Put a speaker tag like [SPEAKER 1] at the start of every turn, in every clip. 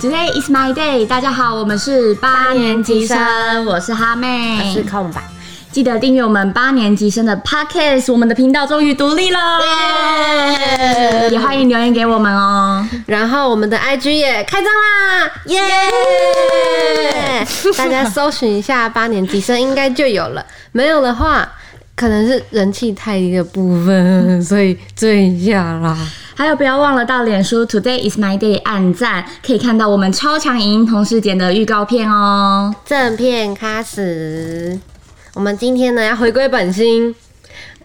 [SPEAKER 1] Today is my day。大家好，我们是八年级生，我是哈妹，
[SPEAKER 2] 我是空白。
[SPEAKER 1] 记得订阅我们八年级生的 Podcast，我们的频道终于独立了，也欢迎留言给我们哦。
[SPEAKER 2] 然后我们的 IG 也开张啦，耶、大家搜寻一下八年级生应该就有了，没有的话可能是人气太低的部分，所以追一下啦。
[SPEAKER 1] 还有，不要忘了到脸书 Today is my day 按赞，可以看到我们超强影音同时剪的预告片哦。
[SPEAKER 2] 正片开始，我们今天呢要回归本心。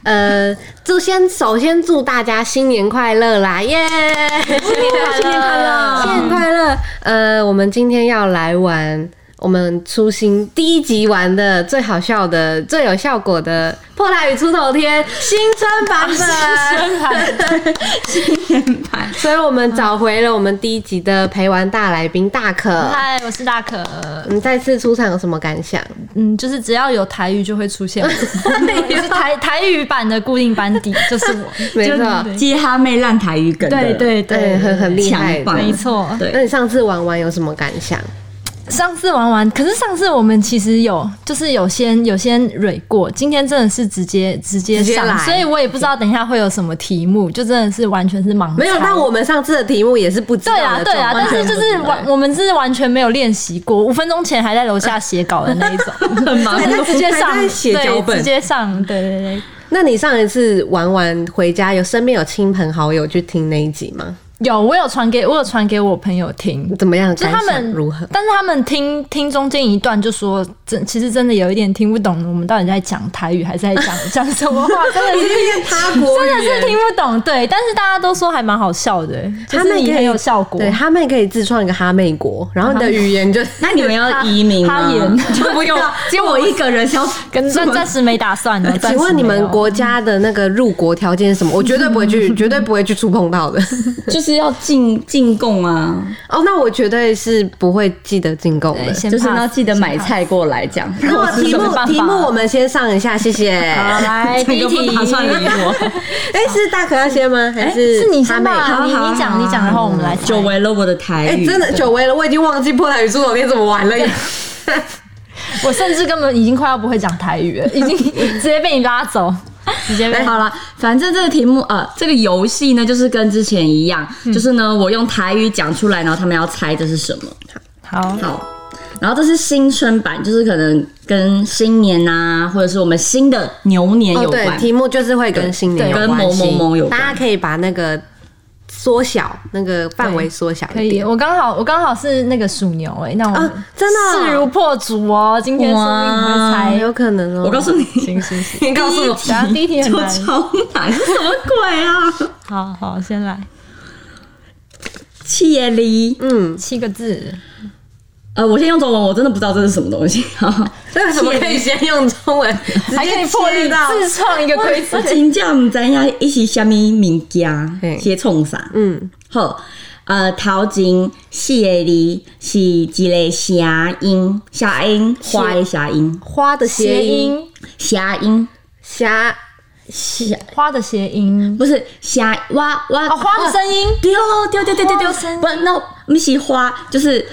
[SPEAKER 2] 呃，祝先首先祝大家新年快乐啦，耶、
[SPEAKER 1] 新年快乐
[SPEAKER 2] 新年快乐！呃，我们今天要来玩我们初心第一集玩的最好笑的、最有效果的《破大雨出头天》新春版本，
[SPEAKER 1] 新年版，
[SPEAKER 2] 所以我们找回了我们第一集的陪玩大来宾大可。
[SPEAKER 3] 嗨，我是大可。
[SPEAKER 2] 你再次出场有什么感想？
[SPEAKER 3] 嗯，就是只要有台语就会 出现我，就是台台语版的固定班底，就是我。
[SPEAKER 2] 没错，
[SPEAKER 1] 就接哈妹烂台语梗的，
[SPEAKER 3] 对对
[SPEAKER 2] 对，很很厉害
[SPEAKER 1] 强棒，
[SPEAKER 3] 没错
[SPEAKER 1] 对
[SPEAKER 2] 那，你上次玩完有什么感想？
[SPEAKER 3] 上次玩完，可是上次我们其实有就是有先有先蕊过，今天真的是直接直接
[SPEAKER 2] 直接
[SPEAKER 3] 上
[SPEAKER 2] 来
[SPEAKER 3] 所以我也不知道等一下会有什么题目，就真的是完全是盲猜
[SPEAKER 2] 没有，但我们上次的题目也是不知道
[SPEAKER 3] 对啊
[SPEAKER 2] 的
[SPEAKER 3] 对啊，
[SPEAKER 2] 状
[SPEAKER 3] 但
[SPEAKER 2] 况
[SPEAKER 3] 是就是完我们是完全没有练习过，五分钟前还在楼下写稿的那一 种，很忙
[SPEAKER 2] 还在
[SPEAKER 3] 直接上
[SPEAKER 2] 还在写脚本
[SPEAKER 3] 对直接上，对对对。
[SPEAKER 2] 那你上一次玩完回家，有身边有亲朋好友去听那一集吗？
[SPEAKER 3] 有，我有传给我有传给我朋友听，
[SPEAKER 2] 怎么样？
[SPEAKER 3] 就是
[SPEAKER 2] 感
[SPEAKER 3] 他
[SPEAKER 2] 想
[SPEAKER 3] 们
[SPEAKER 2] 如 何？
[SPEAKER 3] 但是他们听听中间一段就说，真其实真的有一点听不懂，我们到底在讲台语还是在讲讲什么话，真的 是
[SPEAKER 2] 变他国
[SPEAKER 3] 真的是听不懂。对，但是大家都说还蛮好笑的、就
[SPEAKER 2] 他
[SPEAKER 3] 是
[SPEAKER 2] 们
[SPEAKER 3] 也
[SPEAKER 2] 也
[SPEAKER 3] 很有效果。
[SPEAKER 2] 对，他们可以自创一个哈妹国，然后你的语言 就
[SPEAKER 1] 那你们要移民吗？
[SPEAKER 3] 哈言
[SPEAKER 1] 就不用，只有我一个人 要跟
[SPEAKER 3] 暂暂时没打算呢。
[SPEAKER 2] 请
[SPEAKER 3] 暂时
[SPEAKER 2] 问你
[SPEAKER 3] 没
[SPEAKER 2] 们
[SPEAKER 3] 有
[SPEAKER 2] 国家的那个入国条件是什么？我绝对不会 去，绝对不会去触碰 到的。
[SPEAKER 1] 就是要进进贡啊，
[SPEAKER 2] 哦，那我绝对是不会记得进贡
[SPEAKER 3] 对
[SPEAKER 2] 的。
[SPEAKER 3] 先
[SPEAKER 1] 就是你
[SPEAKER 3] pass，
[SPEAKER 1] 要记得买
[SPEAKER 3] 先 pass。
[SPEAKER 1] 菜过来这样。
[SPEAKER 2] 如
[SPEAKER 1] 不
[SPEAKER 2] 果
[SPEAKER 1] 然我
[SPEAKER 2] 题
[SPEAKER 1] 吃
[SPEAKER 3] 没
[SPEAKER 2] 目
[SPEAKER 3] 办法
[SPEAKER 2] 题目我们先上一下，谢谢。哎
[SPEAKER 3] 好，来第一
[SPEAKER 1] 这个
[SPEAKER 3] 题
[SPEAKER 1] 不打算理我，
[SPEAKER 2] 是大可要先吗？还
[SPEAKER 3] 是
[SPEAKER 2] 哎是
[SPEAKER 3] 你
[SPEAKER 2] 哈
[SPEAKER 3] 先
[SPEAKER 2] 妹？
[SPEAKER 3] 吧，你你讲你讲，然后我们来猜
[SPEAKER 1] 久违了我的台
[SPEAKER 2] 哎、
[SPEAKER 1] 语，
[SPEAKER 2] 真的久违了，我已经忘记《破产与出口天》怎么玩了耶。
[SPEAKER 3] 我甚至根本已经快要不会讲台语了，已经 直接被你拉走，直接被
[SPEAKER 1] 对。哎好了，反正这个题目呃，这个游戏呢，就是跟之前一样，
[SPEAKER 3] 嗯
[SPEAKER 1] 就是呢，我用台语讲出来，然后他们要猜这是什么。
[SPEAKER 3] 好，
[SPEAKER 1] 好，然后这是新春版，就是可能跟新年啊，或者是我们新的牛年
[SPEAKER 3] 哦
[SPEAKER 1] 有关。
[SPEAKER 2] 哦对，题目就是会跟新年有
[SPEAKER 1] 对
[SPEAKER 2] 关系
[SPEAKER 1] 跟某某某有关
[SPEAKER 2] 大家可以把那个缩小，那个范围缩小
[SPEAKER 3] 可
[SPEAKER 2] 一
[SPEAKER 3] 以，
[SPEAKER 2] 点。
[SPEAKER 3] 我刚好我刚好是那个属牛哎、那我们
[SPEAKER 2] 啊真的哦
[SPEAKER 3] 势如破竹哦，今天说不定你会
[SPEAKER 2] 啊
[SPEAKER 3] 猜。
[SPEAKER 2] 有可能哦、
[SPEAKER 1] 我告诉你，
[SPEAKER 3] 行行行，
[SPEAKER 1] 你告诉我，
[SPEAKER 3] 等下第一题很
[SPEAKER 1] 就
[SPEAKER 3] 难。
[SPEAKER 1] 超难，什么鬼啊？
[SPEAKER 3] 好好，先来
[SPEAKER 1] 七爷梨，
[SPEAKER 2] 嗯，
[SPEAKER 3] 七个字，
[SPEAKER 1] 呃，我先用中文，我真的不知道这是什么东西。
[SPEAKER 2] 这个怎么可以先用中 文？
[SPEAKER 3] 还可以破
[SPEAKER 2] 破
[SPEAKER 3] 例
[SPEAKER 2] 到。
[SPEAKER 3] 自创一个规则
[SPEAKER 1] 我。真正唔知影伊是虾米物
[SPEAKER 2] 嘿
[SPEAKER 1] 件，是创啥？
[SPEAKER 2] 嗯，
[SPEAKER 1] 好，呃，头前四个字是一个谐音，谐音花的谐音，
[SPEAKER 2] 花的
[SPEAKER 3] 谐
[SPEAKER 2] 谐音，
[SPEAKER 3] 音，
[SPEAKER 1] 谐音
[SPEAKER 2] 霞
[SPEAKER 1] 谐
[SPEAKER 3] 花的谐音，
[SPEAKER 1] 不是谐哇哇
[SPEAKER 3] 哦，花的声音，
[SPEAKER 1] 丢丢丢丢丢
[SPEAKER 3] 花
[SPEAKER 1] 丢
[SPEAKER 3] 的声，音
[SPEAKER 1] 不，no，不是花，就是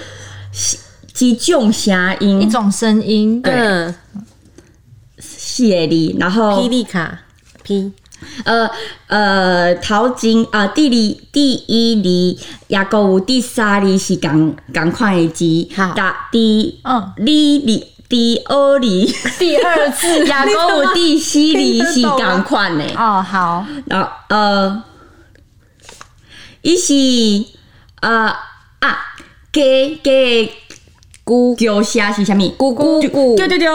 [SPEAKER 1] 几种谐音，
[SPEAKER 3] 一种声音，
[SPEAKER 2] 嗯，
[SPEAKER 1] 四个字，然后
[SPEAKER 2] 霹雳卡，P
[SPEAKER 1] 呃呃，头前啊，第二第一字，也个有第三字是共共款的字，
[SPEAKER 2] 好
[SPEAKER 1] 打第
[SPEAKER 3] 嗯
[SPEAKER 1] 第二第二字，
[SPEAKER 3] 第二次
[SPEAKER 1] 也个有第四字是
[SPEAKER 2] 听得懂吗
[SPEAKER 1] 共款的，
[SPEAKER 3] 哦，好，
[SPEAKER 1] 然后呃，伊是呃啊，鸡鸡
[SPEAKER 2] 咕
[SPEAKER 1] 叫声是啥物？
[SPEAKER 2] 咕咕咕
[SPEAKER 1] 对对对，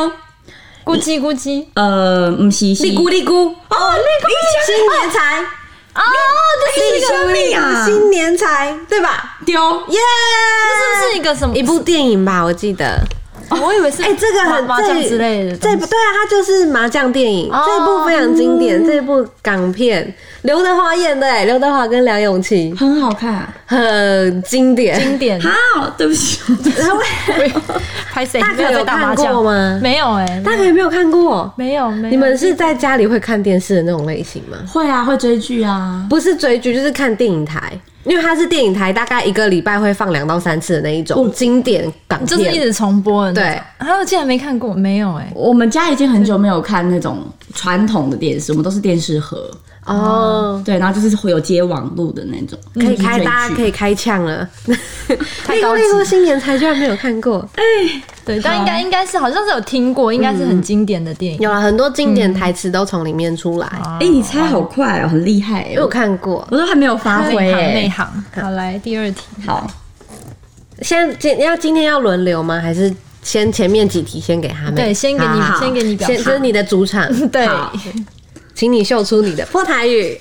[SPEAKER 3] 咕叽咕叽，
[SPEAKER 1] 呃，毋是是
[SPEAKER 2] 哩咕哩咕，
[SPEAKER 1] 哦，你
[SPEAKER 2] 新年财，
[SPEAKER 3] 哦，这是一
[SPEAKER 1] 你
[SPEAKER 3] 个，
[SPEAKER 1] 生命啊
[SPEAKER 2] 新年财，对吧？
[SPEAKER 1] 丢。
[SPEAKER 2] 耶！
[SPEAKER 3] 这是不是一个什么哦
[SPEAKER 2] 一？部电影吧，我记得。
[SPEAKER 3] 我以为是
[SPEAKER 2] 哦哎、这个很
[SPEAKER 3] 麻麻将
[SPEAKER 2] 这
[SPEAKER 3] 之类的东
[SPEAKER 2] 这
[SPEAKER 3] 西，
[SPEAKER 2] 部对啊，它就是麻将电影，
[SPEAKER 3] 哦
[SPEAKER 2] 这部非常经典，这部港片，刘德华演的、欸，刘德华跟梁咏琪
[SPEAKER 1] 很好看、啊。
[SPEAKER 2] 很经典。
[SPEAKER 3] 经典。
[SPEAKER 1] 好，对不起，
[SPEAKER 3] 拍谁？
[SPEAKER 2] 大
[SPEAKER 3] 没
[SPEAKER 2] 可
[SPEAKER 3] 有
[SPEAKER 2] 有
[SPEAKER 3] 在打麻
[SPEAKER 2] 看
[SPEAKER 3] 将
[SPEAKER 2] 过？吗？
[SPEAKER 3] 没有哎、
[SPEAKER 2] 大可有没有看过？
[SPEAKER 3] 没有没有。
[SPEAKER 2] 你们是在家里会看电视的那种类型吗？
[SPEAKER 1] 会啊，会追剧啊。
[SPEAKER 2] 不是追剧，就是看电影台，因为它是电影台，大概一个礼拜会放两到三次的那一种经典港
[SPEAKER 3] 哦就是一
[SPEAKER 2] 片。
[SPEAKER 3] 直重播的那种
[SPEAKER 2] 对
[SPEAKER 3] 啊，我竟然没看过，没有哎、
[SPEAKER 1] 我们家已经很久没有看那种传统的电视，我们都是电视盒，
[SPEAKER 2] 哦，
[SPEAKER 1] 对，然后就是会有接网路的那种，
[SPEAKER 2] 可以开，
[SPEAKER 1] 追
[SPEAKER 2] 大家
[SPEAKER 1] 剧
[SPEAKER 2] 可以开枪 了。
[SPEAKER 3] 太
[SPEAKER 2] 嗯太
[SPEAKER 3] 高
[SPEAKER 2] 高
[SPEAKER 3] 级
[SPEAKER 2] 丽过新年才居然没有看过，
[SPEAKER 3] 对，但应该应该是好像是有听过，应该是很经典的电影。
[SPEAKER 2] 有了很多经典台词都从里面出来，
[SPEAKER 1] 哎、你猜好快哦，很厉害哎、
[SPEAKER 2] 因为我看过。
[SPEAKER 1] 我都还没有发挥
[SPEAKER 3] 内行
[SPEAKER 1] 哎、
[SPEAKER 3] 内行。好，来第二题，
[SPEAKER 1] 好，
[SPEAKER 2] 现在今要今天要轮流吗？还是先前面几题先给他们？
[SPEAKER 3] 对，先给你
[SPEAKER 2] 好
[SPEAKER 1] 好
[SPEAKER 3] 先给你表
[SPEAKER 2] 先这是你的主 场，
[SPEAKER 3] 对，
[SPEAKER 1] 好
[SPEAKER 2] 请你秀出你的破台语。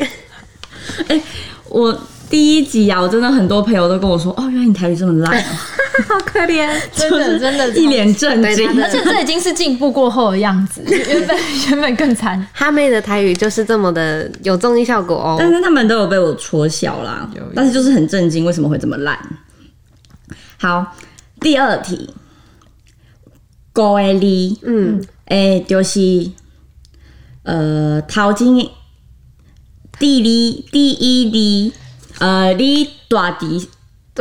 [SPEAKER 1] 我第一集啊，我真的很多朋友都跟我说，哦，原来你台语这么烂、 哦，
[SPEAKER 2] 好可怜，
[SPEAKER 3] 真的真的
[SPEAKER 1] 一脸震
[SPEAKER 2] 对
[SPEAKER 1] 惊
[SPEAKER 2] 他。的
[SPEAKER 3] 而且这已经是进步过后的样子，原本原本更惨。
[SPEAKER 2] 哈妹的台语就是这么的有综艺效果哦。
[SPEAKER 1] 但是他们都有被我戳笑啦，但是就是很震惊，为什么会这么烂？好，第二题，高的字，
[SPEAKER 2] 嗯，
[SPEAKER 1] 诶、就是呃，头前的第二第一字，呃，你大题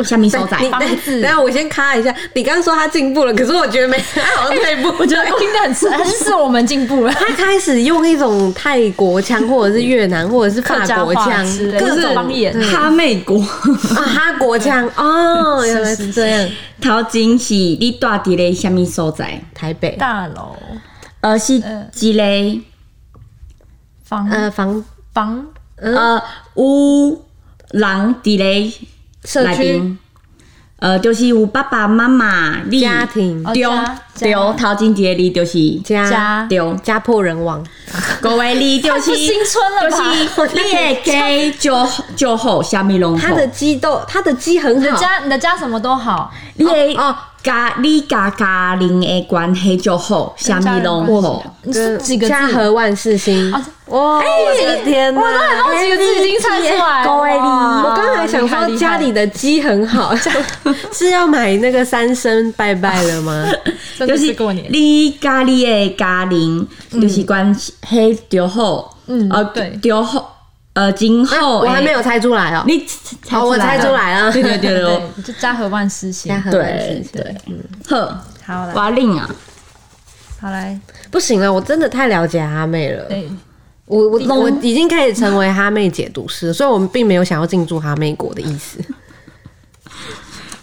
[SPEAKER 1] 下面所在
[SPEAKER 2] 你？
[SPEAKER 3] 房
[SPEAKER 2] 等
[SPEAKER 3] 子
[SPEAKER 2] 等下我先咔一下，你刚说他进步了，可是我觉得没，他好像退 步。我觉得。
[SPEAKER 3] 听得很吃，还是是我们进步了
[SPEAKER 2] 他开始用一种泰国腔，或者是越南，或者是法国腔，
[SPEAKER 3] 之类的
[SPEAKER 2] 各种
[SPEAKER 3] 各种方言
[SPEAKER 2] 对
[SPEAKER 1] 哈妹国，
[SPEAKER 2] 啊，哈国 腔哦，原来是这样。
[SPEAKER 1] 头前是你住伫咧什物所在？
[SPEAKER 2] 台北，
[SPEAKER 3] 大楼、
[SPEAKER 1] 呃，是
[SPEAKER 3] 嗯
[SPEAKER 1] 一个
[SPEAKER 3] 房
[SPEAKER 2] 呃，房
[SPEAKER 3] 房
[SPEAKER 1] 呃有人伫咧
[SPEAKER 2] 社
[SPEAKER 1] 内
[SPEAKER 2] 区
[SPEAKER 1] 面，呃，就是有爸爸妈妈、你
[SPEAKER 2] 家庭
[SPEAKER 3] 哦
[SPEAKER 1] 对
[SPEAKER 3] 家
[SPEAKER 1] 对，
[SPEAKER 3] 家
[SPEAKER 1] 头前一个你就是
[SPEAKER 2] 家
[SPEAKER 3] 家，哦
[SPEAKER 1] 对，
[SPEAKER 2] 家破人亡，
[SPEAKER 1] 各位你就
[SPEAKER 3] 太
[SPEAKER 1] 是
[SPEAKER 3] 不新春了吧？
[SPEAKER 1] 就是你的家就就好，虾米拢好
[SPEAKER 2] 他，的鸡都他的鸡很
[SPEAKER 3] 你的
[SPEAKER 2] 好
[SPEAKER 3] 家你的家什么都好，
[SPEAKER 1] 你的
[SPEAKER 2] 哦
[SPEAKER 1] 家你家家庭的关系就好，虾米拢好。
[SPEAKER 3] 你是几个字？
[SPEAKER 2] 家和万事兴
[SPEAKER 3] 啊
[SPEAKER 2] 哇！我的天哪，
[SPEAKER 3] 我都很弄几个字已经猜出来
[SPEAKER 1] 高威力
[SPEAKER 3] 了。
[SPEAKER 2] 我刚才想说家里的鸡很好， 是要买那个三生拜拜了 吗？
[SPEAKER 3] 真
[SPEAKER 1] 就
[SPEAKER 3] 的
[SPEAKER 1] 是
[SPEAKER 3] 是过年，
[SPEAKER 1] 你家里的家庭就是关系嘿就好，
[SPEAKER 3] 嗯
[SPEAKER 1] 呃
[SPEAKER 3] 对
[SPEAKER 1] 就好，呃，今
[SPEAKER 3] 哦
[SPEAKER 1] 后
[SPEAKER 2] 啊我
[SPEAKER 3] 哎
[SPEAKER 2] 还没
[SPEAKER 1] 有
[SPEAKER 2] 有猜出来哦。
[SPEAKER 1] 你猜
[SPEAKER 2] 哦，我猜出
[SPEAKER 1] 了，
[SPEAKER 2] 来了
[SPEAKER 1] 对。对对对
[SPEAKER 3] 对，就家和万事兴
[SPEAKER 2] 家。和万事
[SPEAKER 1] 对
[SPEAKER 2] 兴
[SPEAKER 1] 对，呵，
[SPEAKER 3] 好来，
[SPEAKER 1] 瓦令啊，
[SPEAKER 3] 好来，哎
[SPEAKER 2] 不行啊了，我真的太了解哈妹了。
[SPEAKER 3] 对，
[SPEAKER 2] 我我我已经可以成为哈妹解读师，所以我们并没有想要进驻哈妹国的意思。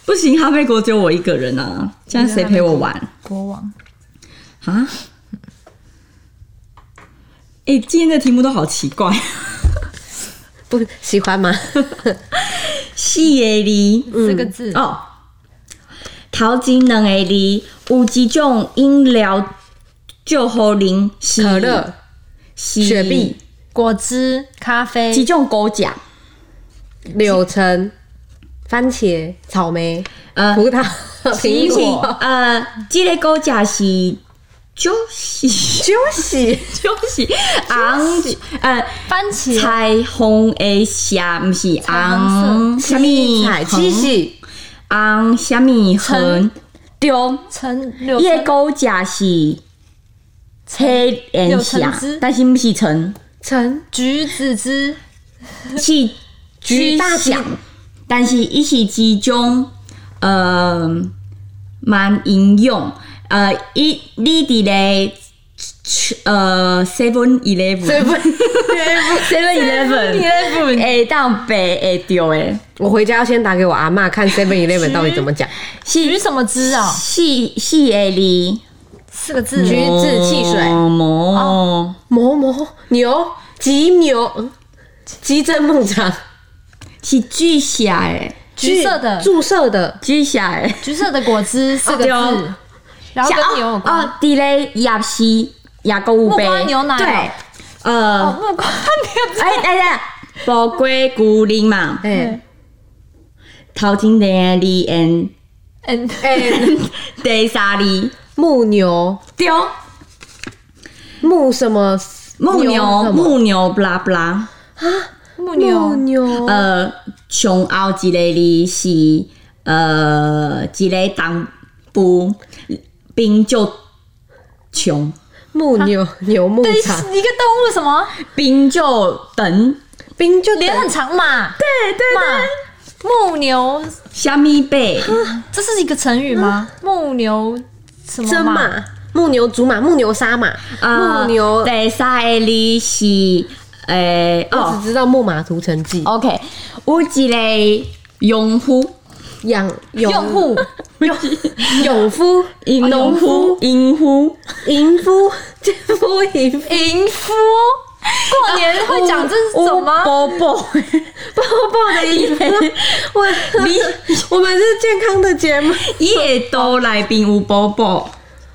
[SPEAKER 1] 不行，哈贝国只有我一个人啊，现在谁陪我玩
[SPEAKER 3] 国王
[SPEAKER 1] 啊？哎、今天的题目都好奇怪，
[SPEAKER 2] 不喜欢吗？
[SPEAKER 1] 四个字
[SPEAKER 3] 四个字，
[SPEAKER 1] 哦，头前两个字有一种饮料就好啉，是
[SPEAKER 2] 可乐、
[SPEAKER 1] 是
[SPEAKER 2] 雪碧、
[SPEAKER 3] 果汁、咖啡、
[SPEAKER 1] 几种果酱，
[SPEAKER 2] 柳橙、番茄、草莓、
[SPEAKER 1] 呃，
[SPEAKER 2] 葡萄、
[SPEAKER 1] 是
[SPEAKER 2] 苹果。
[SPEAKER 1] 呃，这个果酱是就是
[SPEAKER 2] 休息，
[SPEAKER 1] 就是红呃
[SPEAKER 3] 番茄、
[SPEAKER 1] 彩虹的霞，不是红什么
[SPEAKER 2] 彩七喜，
[SPEAKER 1] 红什么
[SPEAKER 3] 橙
[SPEAKER 1] 红对，
[SPEAKER 3] 橙、柳
[SPEAKER 1] 叶
[SPEAKER 3] 橙、
[SPEAKER 1] 果酱是青
[SPEAKER 3] 柳
[SPEAKER 1] 颜
[SPEAKER 3] 橙
[SPEAKER 1] 霞
[SPEAKER 3] 汁，
[SPEAKER 1] 但是不是橙。
[SPEAKER 2] 橙
[SPEAKER 3] 橘子汁、
[SPEAKER 1] 是
[SPEAKER 2] 橘
[SPEAKER 1] 橘
[SPEAKER 2] 大
[SPEAKER 1] 想，但是伊是一种呃蛮应用，呃，伊你伫咧呃 Seven Eleven
[SPEAKER 2] 对不？
[SPEAKER 1] Seven Eleven
[SPEAKER 3] 哎
[SPEAKER 1] 哎会当白会着诶，
[SPEAKER 2] 我回家要先打给我阿妈看 Seven Eleven 到底怎么讲。
[SPEAKER 3] 橘
[SPEAKER 1] 是
[SPEAKER 3] 什么汁啊？
[SPEAKER 1] 四四个字，
[SPEAKER 3] 四个字，
[SPEAKER 2] 橘子汽水
[SPEAKER 1] 哦，
[SPEAKER 2] 某某牛吉牛，嗯吉珍牧场，
[SPEAKER 1] 是巨蟹诶，
[SPEAKER 3] 橘色的
[SPEAKER 2] 注射的
[SPEAKER 1] 巨蟹诶。
[SPEAKER 3] 橘色的果汁，四个
[SPEAKER 1] 哦对
[SPEAKER 3] 字
[SPEAKER 1] 哦，
[SPEAKER 3] 然后跟牛有关。
[SPEAKER 1] 哦，伫咧夜市夜购物
[SPEAKER 3] 木瓜
[SPEAKER 1] 杯
[SPEAKER 3] 牛奶哦
[SPEAKER 1] 对，呃，
[SPEAKER 3] 哦，木瓜牛
[SPEAKER 1] 哎，等一下，宝龟古灵嘛，
[SPEAKER 2] 哎
[SPEAKER 1] 头前两字 N
[SPEAKER 3] 嗯，
[SPEAKER 2] 哎，
[SPEAKER 1] 第三字
[SPEAKER 2] 牧牛
[SPEAKER 1] 对，
[SPEAKER 2] 牧什么
[SPEAKER 1] 木
[SPEAKER 2] 什
[SPEAKER 1] 牛
[SPEAKER 2] 么
[SPEAKER 1] 木牛不拉不拉，
[SPEAKER 3] 木牛
[SPEAKER 2] 牛
[SPEAKER 1] 呃，上后一个字是呃，一个东部冰就穷，
[SPEAKER 2] 木牛牛牧
[SPEAKER 3] 对，一个
[SPEAKER 2] 场，
[SPEAKER 3] 动物什么
[SPEAKER 1] 冰就等，
[SPEAKER 2] 冰就
[SPEAKER 3] 脸很长嘛？对对对，木牛
[SPEAKER 1] 虾米贝，
[SPEAKER 3] 这是一个成语吗？木牛什么
[SPEAKER 2] 真
[SPEAKER 3] 嗯马？
[SPEAKER 2] 马、木牛竹马、木牛杀马、
[SPEAKER 1] 呃
[SPEAKER 2] 木牛，
[SPEAKER 1] 第三个字是诶、
[SPEAKER 2] 我
[SPEAKER 1] 哦
[SPEAKER 2] 只知道《木马屠城记》
[SPEAKER 1] ，OK，有一个农夫，
[SPEAKER 2] 养
[SPEAKER 3] 用户
[SPEAKER 2] 勇夫、
[SPEAKER 1] 农夫，农夫，
[SPEAKER 2] 淫夫、奸夫淫夫、
[SPEAKER 3] 淫夫，过年会讲这是什么？
[SPEAKER 1] 波波，
[SPEAKER 2] 抱抱的淫夫。我
[SPEAKER 1] 你
[SPEAKER 2] 我们是健康的节目，
[SPEAKER 1] 伊的肚内边有波波，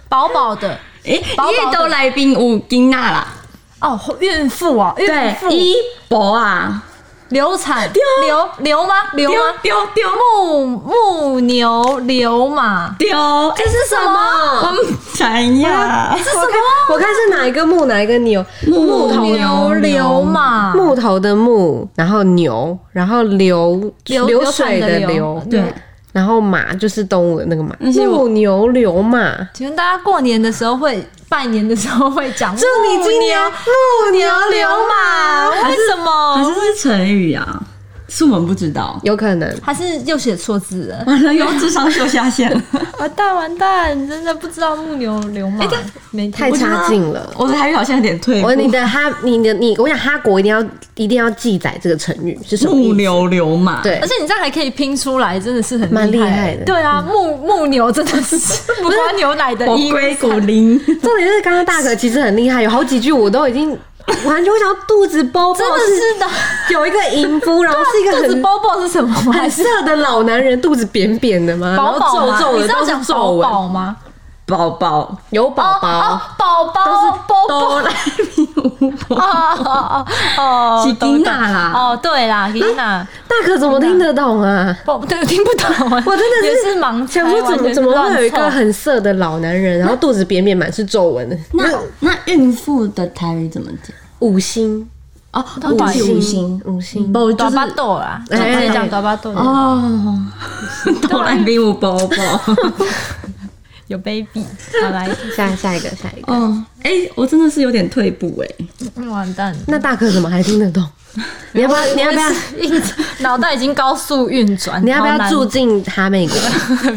[SPEAKER 3] 薄薄的
[SPEAKER 1] 诶、伊
[SPEAKER 3] 薄薄的
[SPEAKER 1] 的肚内边有囡仔啦。
[SPEAKER 3] 哦，孕妇啊，孕
[SPEAKER 1] 对，
[SPEAKER 3] 妇
[SPEAKER 1] 伊博啊，
[SPEAKER 3] 流产流流吗？流
[SPEAKER 1] 丢
[SPEAKER 3] 吗？
[SPEAKER 1] 丢丢
[SPEAKER 3] 木木牛流马，
[SPEAKER 1] 丢，
[SPEAKER 3] 这是什么？
[SPEAKER 1] 我唔知呀
[SPEAKER 3] 这。是什么？
[SPEAKER 2] 我看是哪一个木哪一个牛，
[SPEAKER 1] 木
[SPEAKER 2] 木头
[SPEAKER 3] 牛流马，
[SPEAKER 2] 木头的木，然后牛，然后流
[SPEAKER 3] 流
[SPEAKER 2] 流水的
[SPEAKER 3] 流淌的流
[SPEAKER 2] 流，
[SPEAKER 1] 对，
[SPEAKER 2] 然后马就是动物的那个马，
[SPEAKER 1] 而且我
[SPEAKER 2] 木牛流马。
[SPEAKER 3] 请问大家过年的时候会拜年的时候会讲？
[SPEAKER 2] 祝你今年
[SPEAKER 3] 木牛流马，为什
[SPEAKER 1] 还是
[SPEAKER 3] 么？
[SPEAKER 1] 是成语啊？是我们不知道。
[SPEAKER 2] 有可能
[SPEAKER 3] 还是又写错字了？
[SPEAKER 1] 完了，有智商秀下线了。
[SPEAKER 3] 完蛋完蛋，真的不知道木牛流马，没听
[SPEAKER 2] 太
[SPEAKER 3] 过
[SPEAKER 2] 差劲了。
[SPEAKER 1] 我的台语好像有点退步
[SPEAKER 2] 我。你的哈，你的你，我想哈国一定要一定要记载这个成语是什么
[SPEAKER 1] 木
[SPEAKER 2] 意思？
[SPEAKER 1] 牛流马，，
[SPEAKER 2] 对
[SPEAKER 3] 而，且你这样还可以拼出来，真的是很
[SPEAKER 2] 蛮
[SPEAKER 3] 厉
[SPEAKER 2] 厉害的嗯
[SPEAKER 3] 对啊，木木牛真 的是不关牛奶的
[SPEAKER 1] 我
[SPEAKER 3] 因。
[SPEAKER 1] 龟骨灵，
[SPEAKER 2] 重点是刚刚大可其实很厉害，有好几句我都已经完全我想要肚子包包，
[SPEAKER 3] 真的是的，
[SPEAKER 2] 有一个淫夫，然后是一个
[SPEAKER 3] 肚子
[SPEAKER 2] 很
[SPEAKER 3] 包包是什么吗？还
[SPEAKER 2] 很
[SPEAKER 3] 是
[SPEAKER 2] 色的老男人，肚子扁扁的 嘛，然
[SPEAKER 3] 宝宝
[SPEAKER 2] 后皱
[SPEAKER 3] 吗
[SPEAKER 2] 皱
[SPEAKER 3] 你
[SPEAKER 2] 的，
[SPEAKER 3] 知道
[SPEAKER 2] 都
[SPEAKER 3] 讲
[SPEAKER 2] 是
[SPEAKER 3] 宝
[SPEAKER 2] 皱
[SPEAKER 3] 宝
[SPEAKER 2] 纹，
[SPEAKER 3] 吗？
[SPEAKER 1] 宝宝，
[SPEAKER 2] 有宝
[SPEAKER 3] 哦
[SPEAKER 2] 宝，
[SPEAKER 3] 哦宝宝，包包
[SPEAKER 1] 都来宾五 宝，
[SPEAKER 3] 哦哦哦 哦，
[SPEAKER 1] 是
[SPEAKER 3] 懂
[SPEAKER 1] 囡仔啦
[SPEAKER 3] 懂哦，对
[SPEAKER 2] 啊
[SPEAKER 3] 啦，吉娜，
[SPEAKER 2] 大可怎么听得懂啊？
[SPEAKER 3] 我对听不懂啊，
[SPEAKER 2] 我真的
[SPEAKER 3] 也
[SPEAKER 2] 是
[SPEAKER 3] 是盲猜，
[SPEAKER 2] 想说怎
[SPEAKER 3] 完
[SPEAKER 2] 么
[SPEAKER 3] 全
[SPEAKER 2] 怎么会有一个
[SPEAKER 3] 乱凑
[SPEAKER 2] 很色的老男 人，然后肚子扁扁满是皱纹的？
[SPEAKER 1] 那那孕妇的台语怎么讲？
[SPEAKER 2] 五星
[SPEAKER 1] 哦，
[SPEAKER 3] 都短
[SPEAKER 1] 是
[SPEAKER 3] 信
[SPEAKER 1] 五星，
[SPEAKER 2] 五星，
[SPEAKER 1] 不就
[SPEAKER 3] 大
[SPEAKER 1] 是
[SPEAKER 3] 巴豆啦，直
[SPEAKER 2] 哎
[SPEAKER 3] 接讲大巴豆的，
[SPEAKER 1] 哦， 都来宾五宝宝。
[SPEAKER 3] 有 baby，好来，
[SPEAKER 2] 下下一个下一 个。
[SPEAKER 1] 哦，哎、我真的是有点退步哎、
[SPEAKER 3] 嗯完蛋，
[SPEAKER 2] 那大可怎么还听得 懂？你要不要？你要不要？
[SPEAKER 3] 脑袋已经高速运转，
[SPEAKER 2] 你要不
[SPEAKER 3] 好
[SPEAKER 2] 要
[SPEAKER 3] 难
[SPEAKER 2] 住进哈美国？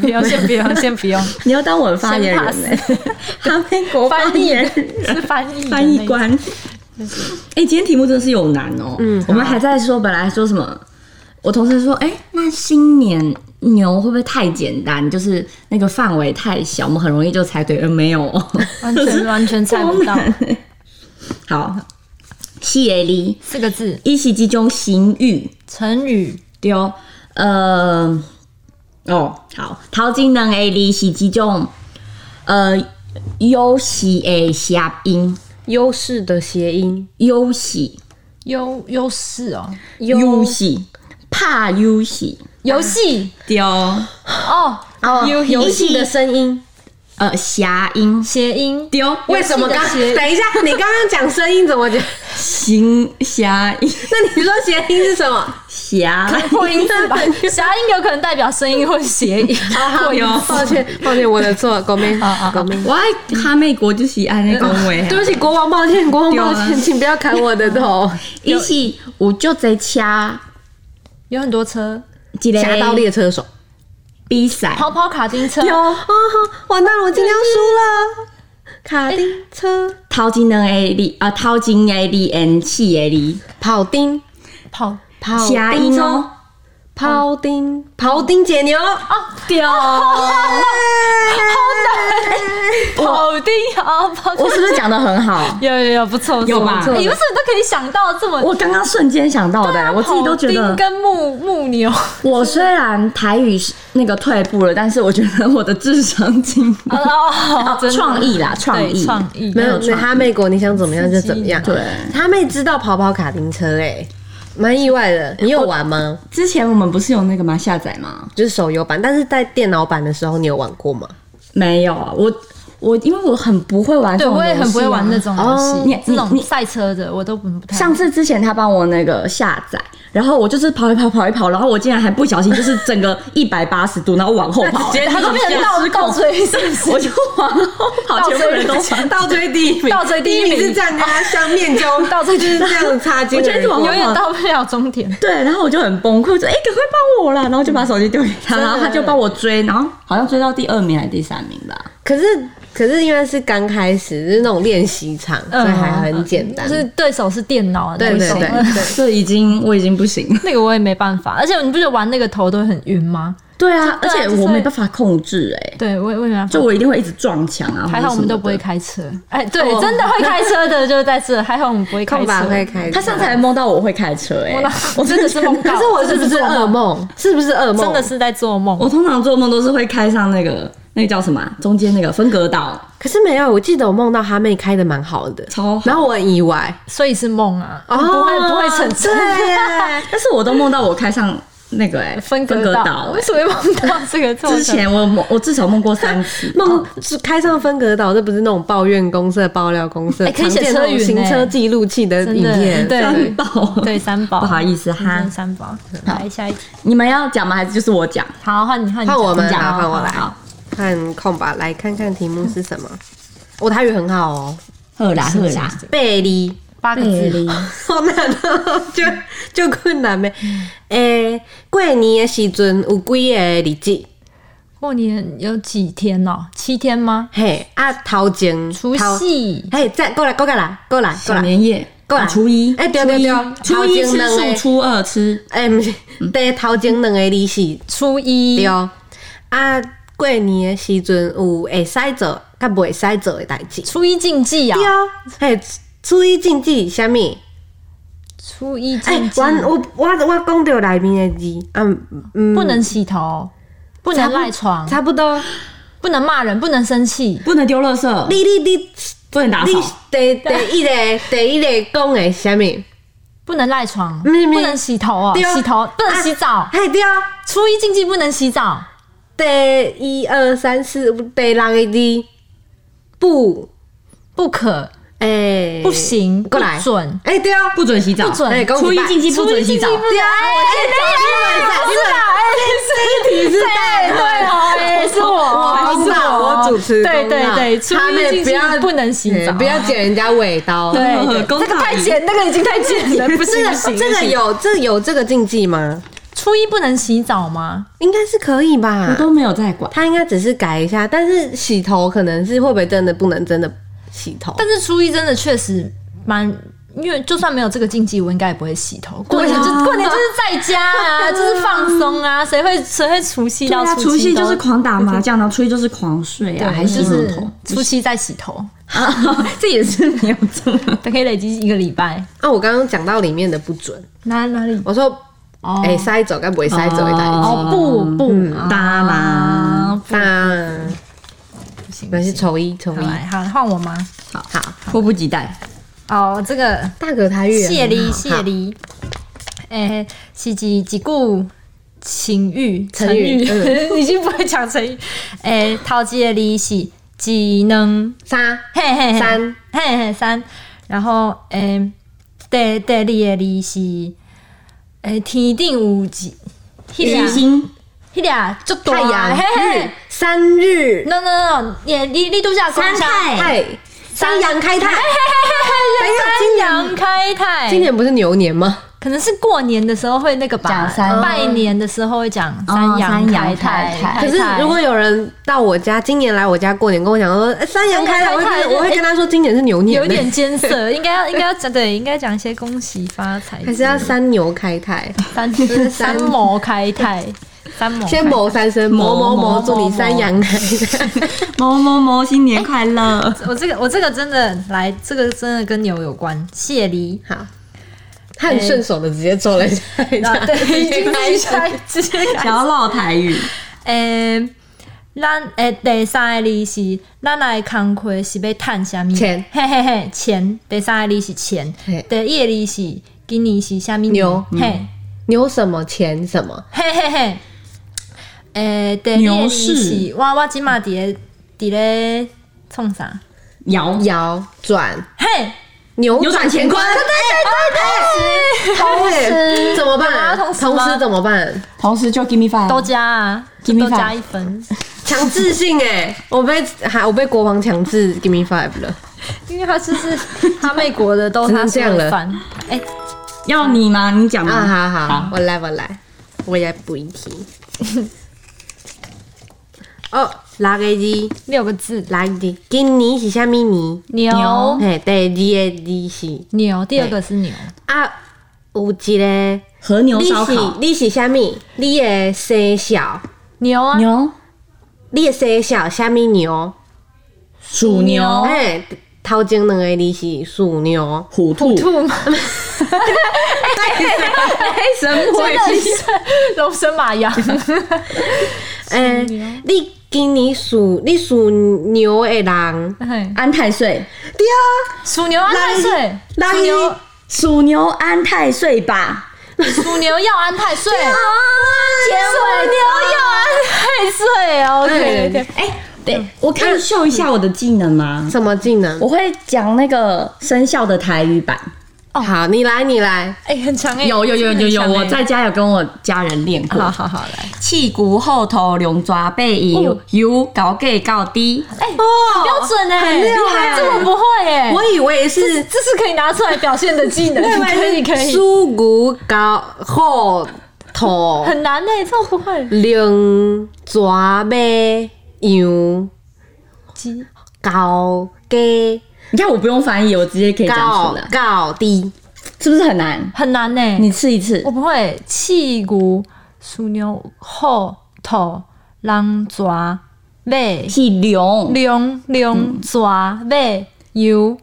[SPEAKER 3] 不要，先不用，先不用。
[SPEAKER 1] 你要当我的发言人哎、 哈美国
[SPEAKER 3] 翻
[SPEAKER 1] 发
[SPEAKER 3] 译
[SPEAKER 1] 言人
[SPEAKER 3] 是翻译的那
[SPEAKER 1] 翻译官。哎、今天题目真的是有难哦、
[SPEAKER 3] 啊
[SPEAKER 2] 嗯
[SPEAKER 1] 我们还在说，本来说什么？我同事说，哎、那新年牛会不会太简单？就是那个范围太小，我们很容易就猜对。呃，没有哦，
[SPEAKER 3] 完全完全 猜不 到
[SPEAKER 1] 超难欸好，细耶里
[SPEAKER 3] 四个字
[SPEAKER 1] 一席之中行欲。
[SPEAKER 3] 成语，
[SPEAKER 1] 对哦，呃，哦，好，头前两个字是即种呃优势的谐音，
[SPEAKER 2] 优势的谐音，
[SPEAKER 1] 优势
[SPEAKER 3] 优优势哦，
[SPEAKER 1] 优势，怕优势，
[SPEAKER 3] 游戏
[SPEAKER 1] 对哦，
[SPEAKER 3] 哦，
[SPEAKER 2] 哦，
[SPEAKER 3] 优
[SPEAKER 2] 游
[SPEAKER 3] 戏
[SPEAKER 2] 戏的声音。
[SPEAKER 1] 呃谐音，
[SPEAKER 3] 谐音
[SPEAKER 1] 对哦，
[SPEAKER 2] 为什么刚
[SPEAKER 3] 游戏的谐
[SPEAKER 2] 等一下？ 你刚刚讲声音怎么 讲？
[SPEAKER 1] 行谐音
[SPEAKER 2] 那你说谐音是什么？
[SPEAKER 1] 谐，
[SPEAKER 3] 破音字吧，谐音有可能代表声音或谐音，
[SPEAKER 1] 对哦，
[SPEAKER 2] 抱歉， 抱歉，我的错，狗妹
[SPEAKER 3] 啊啊，
[SPEAKER 2] 狗妹。
[SPEAKER 1] 我爱哈美国就是爱那讲话。
[SPEAKER 2] 对不起，国王，抱歉，国王，
[SPEAKER 1] 对啊
[SPEAKER 2] 抱歉，请不要砍我的 头。
[SPEAKER 1] 伊是有足侪车，
[SPEAKER 3] 有很多车，
[SPEAKER 1] 一
[SPEAKER 2] 侠盗
[SPEAKER 1] 个
[SPEAKER 2] 猎车手。
[SPEAKER 1] 比赛，
[SPEAKER 3] 跑跑卡丁 车，
[SPEAKER 2] 有啊，完蛋了，我今天要输了。卡丁车，
[SPEAKER 1] 头前两个字啊，头前个字跟四个字。
[SPEAKER 2] 跑丁，
[SPEAKER 3] 跑
[SPEAKER 2] 跑
[SPEAKER 1] 谐音哦，
[SPEAKER 2] 庖丁，庖丁解牛。
[SPEAKER 3] 啊，掉，好难，跑丁啊，跑？
[SPEAKER 1] 我是不是讲的很好
[SPEAKER 3] 有有有，不错不错
[SPEAKER 1] 有吧
[SPEAKER 3] 哎不错你为什么都可以想到这么？
[SPEAKER 1] 我刚刚瞬间想到的、我自己都觉
[SPEAKER 3] 跑丁
[SPEAKER 1] 得，
[SPEAKER 3] 跟木木 牛，
[SPEAKER 1] 我虽然台语是那个退步了，但是我觉得我的智商进步，
[SPEAKER 3] 哦，真 的
[SPEAKER 1] 创意啦，创
[SPEAKER 3] 对
[SPEAKER 1] 意，
[SPEAKER 3] 创意
[SPEAKER 2] 没有，
[SPEAKER 1] 有
[SPEAKER 2] 那
[SPEAKER 1] 创意
[SPEAKER 2] 哈妹国你想怎么样就怎么样。
[SPEAKER 1] 对
[SPEAKER 2] 哈妹知道跑跑卡丁车，哎，蛮意外的。你有玩吗？
[SPEAKER 1] 之前我们不是有那个吗？下载吗？
[SPEAKER 2] 就是手游版，但是在电脑版的时候，你有玩过吗？
[SPEAKER 1] 没有，我我因为我很不会玩这
[SPEAKER 3] 对
[SPEAKER 1] 种游
[SPEAKER 3] 我
[SPEAKER 1] 戏啊、
[SPEAKER 3] 也很不会玩这种游戏，
[SPEAKER 1] 哦你
[SPEAKER 3] 这
[SPEAKER 1] 你
[SPEAKER 3] 种
[SPEAKER 1] 你
[SPEAKER 3] 赛车的我都不不太。
[SPEAKER 1] 上次之前他帮我那个下载，然后我就是跑一跑跑一跑，然后我竟然还不小心就是整 个一百八十度，然后往后跑，欸
[SPEAKER 2] 直接
[SPEAKER 1] 他
[SPEAKER 2] 就变成
[SPEAKER 1] 倒
[SPEAKER 3] 倒追是不 是？
[SPEAKER 1] 我就往后跑，全部人都跑。
[SPEAKER 2] 倒追第一名，
[SPEAKER 3] 倒追第一
[SPEAKER 2] 一
[SPEAKER 3] 名
[SPEAKER 2] 名是站在他啊上面就
[SPEAKER 3] 倒追
[SPEAKER 2] 就是这样擦肩
[SPEAKER 1] 我觉得
[SPEAKER 2] 而
[SPEAKER 1] 是
[SPEAKER 2] 过
[SPEAKER 1] 往。
[SPEAKER 3] 永远到不了终点。
[SPEAKER 1] 对，然后我就很崩溃，我说：“哎、赶快帮我啦！”然后就把手机丢给他，然后他就帮我追，然后好像追到第二名还是第三名吧。
[SPEAKER 2] 可是可是因为是刚开始，就是那种练习场，所以还很简单。
[SPEAKER 3] 就是对手是电脑啊，
[SPEAKER 2] 对对
[SPEAKER 3] 那
[SPEAKER 2] 对
[SPEAKER 3] 种
[SPEAKER 1] 这已经我已经不行了。
[SPEAKER 3] 那个我也没办法。而且你不觉得玩那个头都会很晕吗？
[SPEAKER 1] 对啊，而
[SPEAKER 3] 对啊
[SPEAKER 1] 且
[SPEAKER 3] 就是
[SPEAKER 1] 我没办法控制、哎，
[SPEAKER 3] 对，我也我也没办法
[SPEAKER 1] 就。我一定会一直撞墙啊。
[SPEAKER 3] 还好我们都不会
[SPEAKER 1] 看。
[SPEAKER 3] 开车，哎，对，真哦的会开车的就是在这。还好我们不会开
[SPEAKER 2] 空吧
[SPEAKER 3] 车，
[SPEAKER 2] 会开，
[SPEAKER 1] 他上次还梦到我会开车、哎，
[SPEAKER 3] 我真的是梦 到。
[SPEAKER 2] 可是我是不是噩梦？是不是噩梦？
[SPEAKER 3] 真的是在做梦？
[SPEAKER 1] 我通常做梦都是会开上那个那个叫什么啊、中间那个分隔岛，
[SPEAKER 2] 可是没有，我记得我梦到他妹开的蛮好的，
[SPEAKER 1] 超好
[SPEAKER 2] 然后我很意外，
[SPEAKER 3] 所以是梦啊，
[SPEAKER 2] 哦
[SPEAKER 3] 不会不会成真。
[SPEAKER 2] 对。
[SPEAKER 1] 但是我都梦到我开上那个哎、
[SPEAKER 3] 分
[SPEAKER 1] 隔
[SPEAKER 3] 隔
[SPEAKER 1] 岛、
[SPEAKER 3] 为
[SPEAKER 1] 哎
[SPEAKER 3] 什么会梦到这个做成？
[SPEAKER 1] 之前我有梦，我至少梦过三次 哦
[SPEAKER 2] 梦是开上分隔岛，这不是那种抱怨公社、爆料公社，
[SPEAKER 3] 哎可以写
[SPEAKER 2] 常见那种
[SPEAKER 3] 车云
[SPEAKER 2] 行
[SPEAKER 3] 哎
[SPEAKER 2] 车记录器的
[SPEAKER 3] 真
[SPEAKER 2] 影
[SPEAKER 3] 的
[SPEAKER 2] 片，
[SPEAKER 3] 对
[SPEAKER 1] 三宝，
[SPEAKER 3] 对三宝，
[SPEAKER 1] 不好意思哈
[SPEAKER 3] 真的三宝，来下一题。
[SPEAKER 1] 你们要讲吗？还是就是我讲？
[SPEAKER 3] 好，换你换你
[SPEAKER 2] 换我们
[SPEAKER 3] 你讲
[SPEAKER 2] 好换我来
[SPEAKER 3] 好
[SPEAKER 2] 看空吧，来看看题目是什么。我台语很好哦，
[SPEAKER 1] 赫啦赫啦，
[SPEAKER 2] 贝利，
[SPEAKER 3] 八个字，
[SPEAKER 2] 好难 哦，就就困难呗。诶、过年的时阵有几个日子？
[SPEAKER 3] 过年有几天哦？七天吗？
[SPEAKER 2] 嘿，啊，头前
[SPEAKER 3] 除，夕
[SPEAKER 2] 头嘿，再过来，过来，过来，过来，过
[SPEAKER 1] 小
[SPEAKER 2] 来，
[SPEAKER 1] 年夜，
[SPEAKER 2] 过来
[SPEAKER 1] 啊初一，
[SPEAKER 2] 哎对对对
[SPEAKER 3] 啊
[SPEAKER 1] 初一初一吃
[SPEAKER 2] 头前两
[SPEAKER 1] 素，
[SPEAKER 2] 个
[SPEAKER 1] 初二吃
[SPEAKER 2] 诶、哎不是，
[SPEAKER 3] 嗯
[SPEAKER 2] 对，头前两个日子。
[SPEAKER 3] 初一
[SPEAKER 2] 对，啊，过年的时阵有会使做，甲袂使做的代志。
[SPEAKER 3] 初一禁忌啊
[SPEAKER 2] 对，，嘿，注意禁忌，啥物？
[SPEAKER 3] 初一啊
[SPEAKER 2] 哎、
[SPEAKER 3] 禁忌
[SPEAKER 2] 我我我我讲到内面的字，啊，嗯，
[SPEAKER 3] 不能洗头，不能赖床，
[SPEAKER 2] 差不多。
[SPEAKER 3] 不能骂人，不能生气，
[SPEAKER 1] 不能丢垃圾，
[SPEAKER 2] 你你你
[SPEAKER 1] 不能打
[SPEAKER 2] 你
[SPEAKER 1] 扫，
[SPEAKER 2] 第第一个 第一个讲的啥物？
[SPEAKER 3] 不能赖床，
[SPEAKER 2] 嗯嗯
[SPEAKER 3] 不能洗头哦，
[SPEAKER 2] 对哦
[SPEAKER 3] 洗头不能洗澡
[SPEAKER 2] 啊，嘿对，
[SPEAKER 3] 初一禁忌不能洗澡，
[SPEAKER 2] 第一二三四五第六个字不，
[SPEAKER 3] 不可，
[SPEAKER 2] 诶、
[SPEAKER 3] 不行，
[SPEAKER 2] 哎过来
[SPEAKER 3] 不准，
[SPEAKER 2] 哎、对哦，
[SPEAKER 1] 不准洗澡，
[SPEAKER 3] 不准
[SPEAKER 2] 哎恭喜
[SPEAKER 1] 初一
[SPEAKER 2] 吧
[SPEAKER 1] 禁忌不
[SPEAKER 3] 初
[SPEAKER 1] 准
[SPEAKER 3] 一
[SPEAKER 1] 洗
[SPEAKER 3] 禁忌
[SPEAKER 1] 澡
[SPEAKER 3] 不，啊能。哎，
[SPEAKER 2] 你们
[SPEAKER 3] 我知道，哎，这一题是对对哦，哎，是我，
[SPEAKER 2] 我
[SPEAKER 3] 是
[SPEAKER 2] 公道，我主持
[SPEAKER 3] 对
[SPEAKER 2] 公
[SPEAKER 3] 对
[SPEAKER 2] 道
[SPEAKER 3] 对，初
[SPEAKER 2] 哎他们不
[SPEAKER 3] 一禁忌
[SPEAKER 2] 要
[SPEAKER 3] 不能洗澡，啊
[SPEAKER 2] 嗯不要剪人家尾刀。
[SPEAKER 3] 对，对
[SPEAKER 1] 哦公道
[SPEAKER 3] 这个太 简，那个已经太简了，不
[SPEAKER 2] 这
[SPEAKER 3] 是不
[SPEAKER 2] 个
[SPEAKER 3] 行，
[SPEAKER 2] 这
[SPEAKER 3] 不
[SPEAKER 2] 个
[SPEAKER 3] 行
[SPEAKER 2] 有这有这个禁忌吗？
[SPEAKER 3] 初一不能洗澡吗？
[SPEAKER 2] 应该是可以吧
[SPEAKER 1] 我。都没有在管。
[SPEAKER 2] 他应该只是改一下，但是洗头可能是会不会真的不能真的洗头？
[SPEAKER 3] 但是初一真的确实蛮，因为就算没有这个禁忌，我应该也不会洗头。过年就、过年就是在家啊，就是放松啊，谁会谁会除夕
[SPEAKER 1] 对
[SPEAKER 3] 到
[SPEAKER 1] 啊，
[SPEAKER 3] 初
[SPEAKER 1] 除夕
[SPEAKER 3] 都
[SPEAKER 1] 就是。狂打麻将，然后初一就是狂睡
[SPEAKER 3] 对，
[SPEAKER 1] 啊，还洗
[SPEAKER 3] 就
[SPEAKER 1] 头
[SPEAKER 3] 是初七在洗头，
[SPEAKER 1] 啊，这也是没有做。
[SPEAKER 3] 可以累积一个礼拜。
[SPEAKER 2] 啊，我刚刚讲到里面的不准，
[SPEAKER 3] 哪哪里？
[SPEAKER 2] 我说
[SPEAKER 3] 哦
[SPEAKER 2] 哎塞走该不会塞走一代
[SPEAKER 1] 哦
[SPEAKER 3] 哦，不不，
[SPEAKER 2] 嗯
[SPEAKER 1] 哒啦，
[SPEAKER 3] 啊，不
[SPEAKER 2] 那
[SPEAKER 3] 不行，不
[SPEAKER 2] 那是
[SPEAKER 3] 行。
[SPEAKER 2] 丑一丑
[SPEAKER 3] 好
[SPEAKER 2] 一。
[SPEAKER 3] 来，好换我吗？
[SPEAKER 2] 好，
[SPEAKER 1] 迫不及待。
[SPEAKER 3] 哦，这个
[SPEAKER 2] 大哥台语也很好
[SPEAKER 3] 谢礼谢
[SPEAKER 2] 好
[SPEAKER 3] 礼，诶、是一一句情欲
[SPEAKER 2] 成语
[SPEAKER 3] 已经不会讲成语。诶、头一个字是技能，
[SPEAKER 2] 三
[SPEAKER 3] 嘿嘿嘿
[SPEAKER 2] 三，
[SPEAKER 3] 嘿嘿三，然后诶、第第二个字是诶、天顶有一，啊迄
[SPEAKER 1] 一
[SPEAKER 3] 俩
[SPEAKER 1] 星
[SPEAKER 3] 迄俩足大
[SPEAKER 2] 太
[SPEAKER 3] 的
[SPEAKER 2] 阳
[SPEAKER 3] 嘿嘿
[SPEAKER 2] 日三日
[SPEAKER 3] no no no，你你你度假
[SPEAKER 1] 三泰
[SPEAKER 2] 太三阳开泰。等一下，今
[SPEAKER 3] 三
[SPEAKER 2] 年
[SPEAKER 3] 阳开泰，
[SPEAKER 2] 今年不是牛年吗？
[SPEAKER 3] 可能是过年的时候会那个吧，
[SPEAKER 1] 讲三
[SPEAKER 3] 拜年的时候会讲
[SPEAKER 1] 哦
[SPEAKER 3] 三阳开
[SPEAKER 1] 三阳开泰
[SPEAKER 3] 泰。
[SPEAKER 2] 可是如果有人到我家，今年来我家过年，跟我讲说、哎，三阳开泰，我会
[SPEAKER 3] 三阳开泰哎
[SPEAKER 2] 跟我会跟他说今年是牛年，
[SPEAKER 3] 有点艰涩，应该要应该要讲对，应该讲一些恭喜发财，
[SPEAKER 2] 还是要三牛开泰，
[SPEAKER 3] 三
[SPEAKER 2] 是三
[SPEAKER 3] 三谋开泰，三谋
[SPEAKER 2] 先某三声某某某，祝你三阳开 泰。
[SPEAKER 1] 某某某，新年快乐！
[SPEAKER 3] 我这个我这个真的来，这个真的跟牛有关。谢梨，
[SPEAKER 2] 好，他很顺手的直接做了一下，
[SPEAKER 3] 啊对，已经
[SPEAKER 2] 开
[SPEAKER 3] 开
[SPEAKER 2] 始
[SPEAKER 3] 始直接开
[SPEAKER 1] 想要唠台语，
[SPEAKER 3] 诶，咱诶第三个字是咱来工课是要趁啥物？
[SPEAKER 2] 钱
[SPEAKER 3] 嘿嘿嘿，钱。第三个字是钱
[SPEAKER 2] 嘿，
[SPEAKER 3] 第一个字是今年是啥物？
[SPEAKER 2] 牛
[SPEAKER 3] 嘿
[SPEAKER 2] 牛什么钱什么，
[SPEAKER 3] 嘿嘿嘿。诶，第二
[SPEAKER 1] 牛
[SPEAKER 3] 个
[SPEAKER 1] 市
[SPEAKER 3] 字是我我即马伫咧伫咧冲啥？
[SPEAKER 1] 摇
[SPEAKER 2] 摇转
[SPEAKER 3] 嘿，
[SPEAKER 2] 扭
[SPEAKER 1] 扭转乾坤， 哎
[SPEAKER 2] 同时怎么办？
[SPEAKER 3] 同时
[SPEAKER 2] 同
[SPEAKER 3] 吗
[SPEAKER 2] 时怎么办？
[SPEAKER 1] 同时就 give me five，
[SPEAKER 3] 都加啊，
[SPEAKER 1] Give me
[SPEAKER 3] 都加
[SPEAKER 1] five
[SPEAKER 3] 一分，
[SPEAKER 2] 强制性哎、我被还我被国王强制 give me five 了，
[SPEAKER 3] 因为他就是他美国的都
[SPEAKER 2] 只能
[SPEAKER 3] 他
[SPEAKER 2] 这样了
[SPEAKER 3] 翻，哎，
[SPEAKER 1] 要你吗？你讲
[SPEAKER 2] 啊，
[SPEAKER 1] 吗？
[SPEAKER 2] 好好，
[SPEAKER 1] 嗯好
[SPEAKER 2] 我来我来，我也补一题。 哦，垃圾机，
[SPEAKER 3] 六个字，
[SPEAKER 2] 垃圾机，今年是啥咪年？
[SPEAKER 1] 哦
[SPEAKER 3] 牛
[SPEAKER 2] 嘿，第二个字是
[SPEAKER 3] 牛，第二个是牛，
[SPEAKER 2] 啊，有一个
[SPEAKER 1] 和牛
[SPEAKER 2] 你
[SPEAKER 1] 烧
[SPEAKER 2] 是
[SPEAKER 1] 烤，
[SPEAKER 2] 你是啥咪？你的生肖，
[SPEAKER 3] 牛啊，
[SPEAKER 1] 牛
[SPEAKER 2] 你的生肖啥咪牛？
[SPEAKER 1] 属牛，
[SPEAKER 2] 嘿，哎头前两个字是属牛。
[SPEAKER 1] 虎 兔，
[SPEAKER 3] 兔吗？
[SPEAKER 1] 哎神会
[SPEAKER 3] 真的是 龙生马羊，
[SPEAKER 2] 诶、哎你今年属你属牛的人，
[SPEAKER 3] 嘿
[SPEAKER 1] 安太岁，
[SPEAKER 2] 对啊，
[SPEAKER 3] 属牛安太岁，
[SPEAKER 2] 人伊
[SPEAKER 1] 牛属牛安太岁吧，
[SPEAKER 3] 属牛要安太 岁，
[SPEAKER 1] 啊结
[SPEAKER 3] 属牛要安太岁哦，OK OK，
[SPEAKER 1] 哎，对我可以秀一下我的技能吗？
[SPEAKER 2] 什么技能？
[SPEAKER 1] 我会讲那个生肖的台语版。
[SPEAKER 2] 好，你来，你来，
[SPEAKER 3] 哎，很强哎，
[SPEAKER 1] 有有有有有，
[SPEAKER 3] 很强
[SPEAKER 1] 我
[SPEAKER 3] 哎
[SPEAKER 1] 在家有跟我家人练
[SPEAKER 3] 好
[SPEAKER 1] 过。
[SPEAKER 3] 好好来，
[SPEAKER 1] 气骨后头龙爪背
[SPEAKER 3] 哦
[SPEAKER 1] 影，由高给高低。
[SPEAKER 3] 哎，标准哎，
[SPEAKER 2] 很厉害
[SPEAKER 3] 这我不会哎，
[SPEAKER 2] 我以为是，
[SPEAKER 3] 这是可以拿出来表现的技能，
[SPEAKER 2] 我以
[SPEAKER 3] 可
[SPEAKER 2] 为
[SPEAKER 3] 以
[SPEAKER 2] 是
[SPEAKER 3] 可以，
[SPEAKER 2] 属牛高后头
[SPEAKER 3] 很难哎，这我不会，
[SPEAKER 2] 龙蛇马羊
[SPEAKER 3] 鸡
[SPEAKER 2] 高低
[SPEAKER 1] 你看我不用翻译，我直接可以讲
[SPEAKER 2] 高
[SPEAKER 1] 出来，
[SPEAKER 2] 高低，
[SPEAKER 1] 是不是很难？
[SPEAKER 3] 很难哎，
[SPEAKER 1] 你试一次
[SPEAKER 3] 我，不会，气骨属牛后头狼爪背。
[SPEAKER 1] 气龙
[SPEAKER 3] 龙龙
[SPEAKER 2] 嗯
[SPEAKER 3] 爪尾油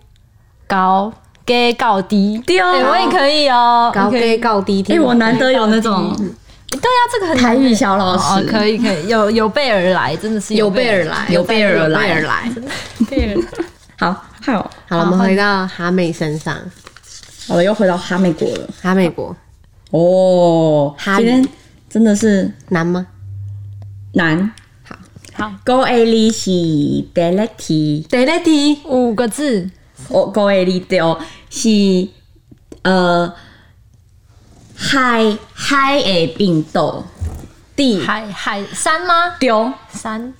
[SPEAKER 3] 高给高低，对
[SPEAKER 2] 啊
[SPEAKER 3] 哎我也可以哦。
[SPEAKER 2] 高低
[SPEAKER 3] OK
[SPEAKER 2] 高低。
[SPEAKER 1] 哎、
[SPEAKER 2] 听
[SPEAKER 1] 我难得有那种
[SPEAKER 3] 对啊，这个很
[SPEAKER 1] 台语小老
[SPEAKER 3] 哦
[SPEAKER 1] 师，，
[SPEAKER 3] 可以可以，有有备而来，真的是
[SPEAKER 2] 有备
[SPEAKER 3] 备
[SPEAKER 2] 而来，
[SPEAKER 1] 有备而来
[SPEAKER 2] 有备而来。
[SPEAKER 3] 备而来。
[SPEAKER 1] 好，好，
[SPEAKER 2] 好了，我们回到哈妹身上，
[SPEAKER 1] 好了，又回到哈美国了。
[SPEAKER 2] 哈美国
[SPEAKER 1] 哦，
[SPEAKER 2] 哈
[SPEAKER 1] 今
[SPEAKER 2] 语
[SPEAKER 1] 天真的是
[SPEAKER 2] 难吗？
[SPEAKER 1] 难。
[SPEAKER 3] 好，
[SPEAKER 1] 高 A 利是 d e l e t
[SPEAKER 2] 第一题，
[SPEAKER 3] 五个字，
[SPEAKER 1] 我高 A 利对哦是呃海海的病毒，第
[SPEAKER 3] 海海山吗？
[SPEAKER 1] 丢
[SPEAKER 3] 山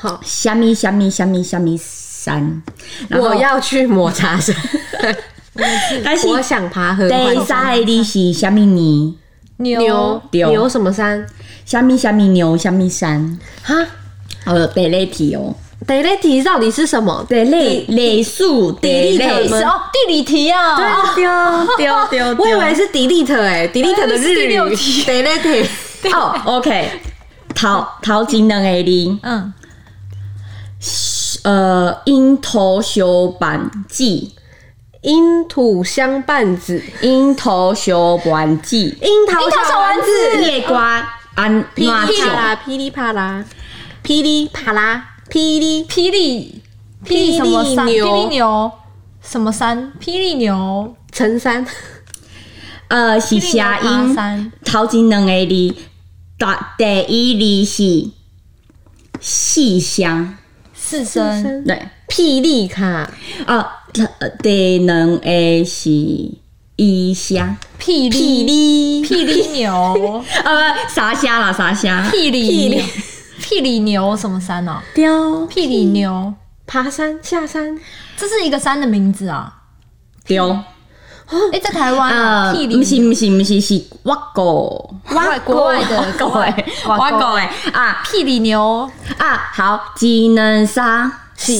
[SPEAKER 2] 好，
[SPEAKER 1] 虾米虾米虾米虾米三，然后
[SPEAKER 2] 我要去抹茶山，
[SPEAKER 1] 但是
[SPEAKER 2] 我想爬合
[SPEAKER 1] 第
[SPEAKER 2] 欢
[SPEAKER 1] 三
[SPEAKER 2] 山。
[SPEAKER 1] 个利是虾米泥，
[SPEAKER 2] 牛
[SPEAKER 3] 牛
[SPEAKER 1] 对
[SPEAKER 2] 牛什么山？
[SPEAKER 1] 虾米虾米牛虾米山，
[SPEAKER 2] 哈，
[SPEAKER 1] 好了 d e l e t 哦。
[SPEAKER 2] 第一题到底是什么？
[SPEAKER 1] 对，类类数，对类
[SPEAKER 2] 地理课
[SPEAKER 3] 是
[SPEAKER 2] 吗
[SPEAKER 3] 哦，地理题啊，哦
[SPEAKER 1] 丢 丢丢
[SPEAKER 2] 我以为是 delete 哎，delete 的
[SPEAKER 3] 是
[SPEAKER 2] 日
[SPEAKER 3] 第
[SPEAKER 2] 语
[SPEAKER 3] 六
[SPEAKER 2] delete
[SPEAKER 1] 哦，OK，桃桃金能 A 零，
[SPEAKER 3] 嗯，
[SPEAKER 1] 呃，樱桃小板剂，
[SPEAKER 2] 樱土相伴子，
[SPEAKER 1] 樱桃小板剂，
[SPEAKER 2] 樱桃小丸子，
[SPEAKER 1] 夜瓜安
[SPEAKER 2] 噼
[SPEAKER 1] 暖
[SPEAKER 2] 里
[SPEAKER 1] 酒
[SPEAKER 2] 啪，啦，噼里啪啦，噼里啪啦，噼里
[SPEAKER 3] 霹雳霹
[SPEAKER 2] 雳
[SPEAKER 3] 雳什么山？
[SPEAKER 2] 牛
[SPEAKER 3] 霹雳牛什么山？霹雳牛
[SPEAKER 2] 陈山，
[SPEAKER 1] 呃，是
[SPEAKER 3] 霹雳
[SPEAKER 1] 谐
[SPEAKER 3] 牛爬
[SPEAKER 1] 音，
[SPEAKER 3] 山
[SPEAKER 1] 桃金能 A 零，打第一字是细香，
[SPEAKER 3] 四声
[SPEAKER 1] 对，
[SPEAKER 2] 霹雳卡，
[SPEAKER 1] 啊，呃第能 A 是一香。
[SPEAKER 3] 霹雳
[SPEAKER 2] 霹雳，
[SPEAKER 3] 霹雳牛，
[SPEAKER 1] 呃，啥虾啦，啥虾？
[SPEAKER 3] 霹雳牛，霹雳牛什么山哦？
[SPEAKER 2] 雕，
[SPEAKER 3] 霹雳牛，
[SPEAKER 2] 爬山下山，
[SPEAKER 3] 这是一个山的名字啊！
[SPEAKER 1] 丢，
[SPEAKER 3] 哎，在台湾啊，
[SPEAKER 1] 呃，
[SPEAKER 3] 霹
[SPEAKER 1] 不是
[SPEAKER 3] 雳
[SPEAKER 1] 不是不是是挖狗，
[SPEAKER 3] 外国外的
[SPEAKER 1] 挖狗 诶，
[SPEAKER 3] 外
[SPEAKER 1] 挖
[SPEAKER 3] 国
[SPEAKER 1] 狗诶啊
[SPEAKER 3] 霹雳牛
[SPEAKER 1] 啊！好，技能杀，
[SPEAKER 3] 是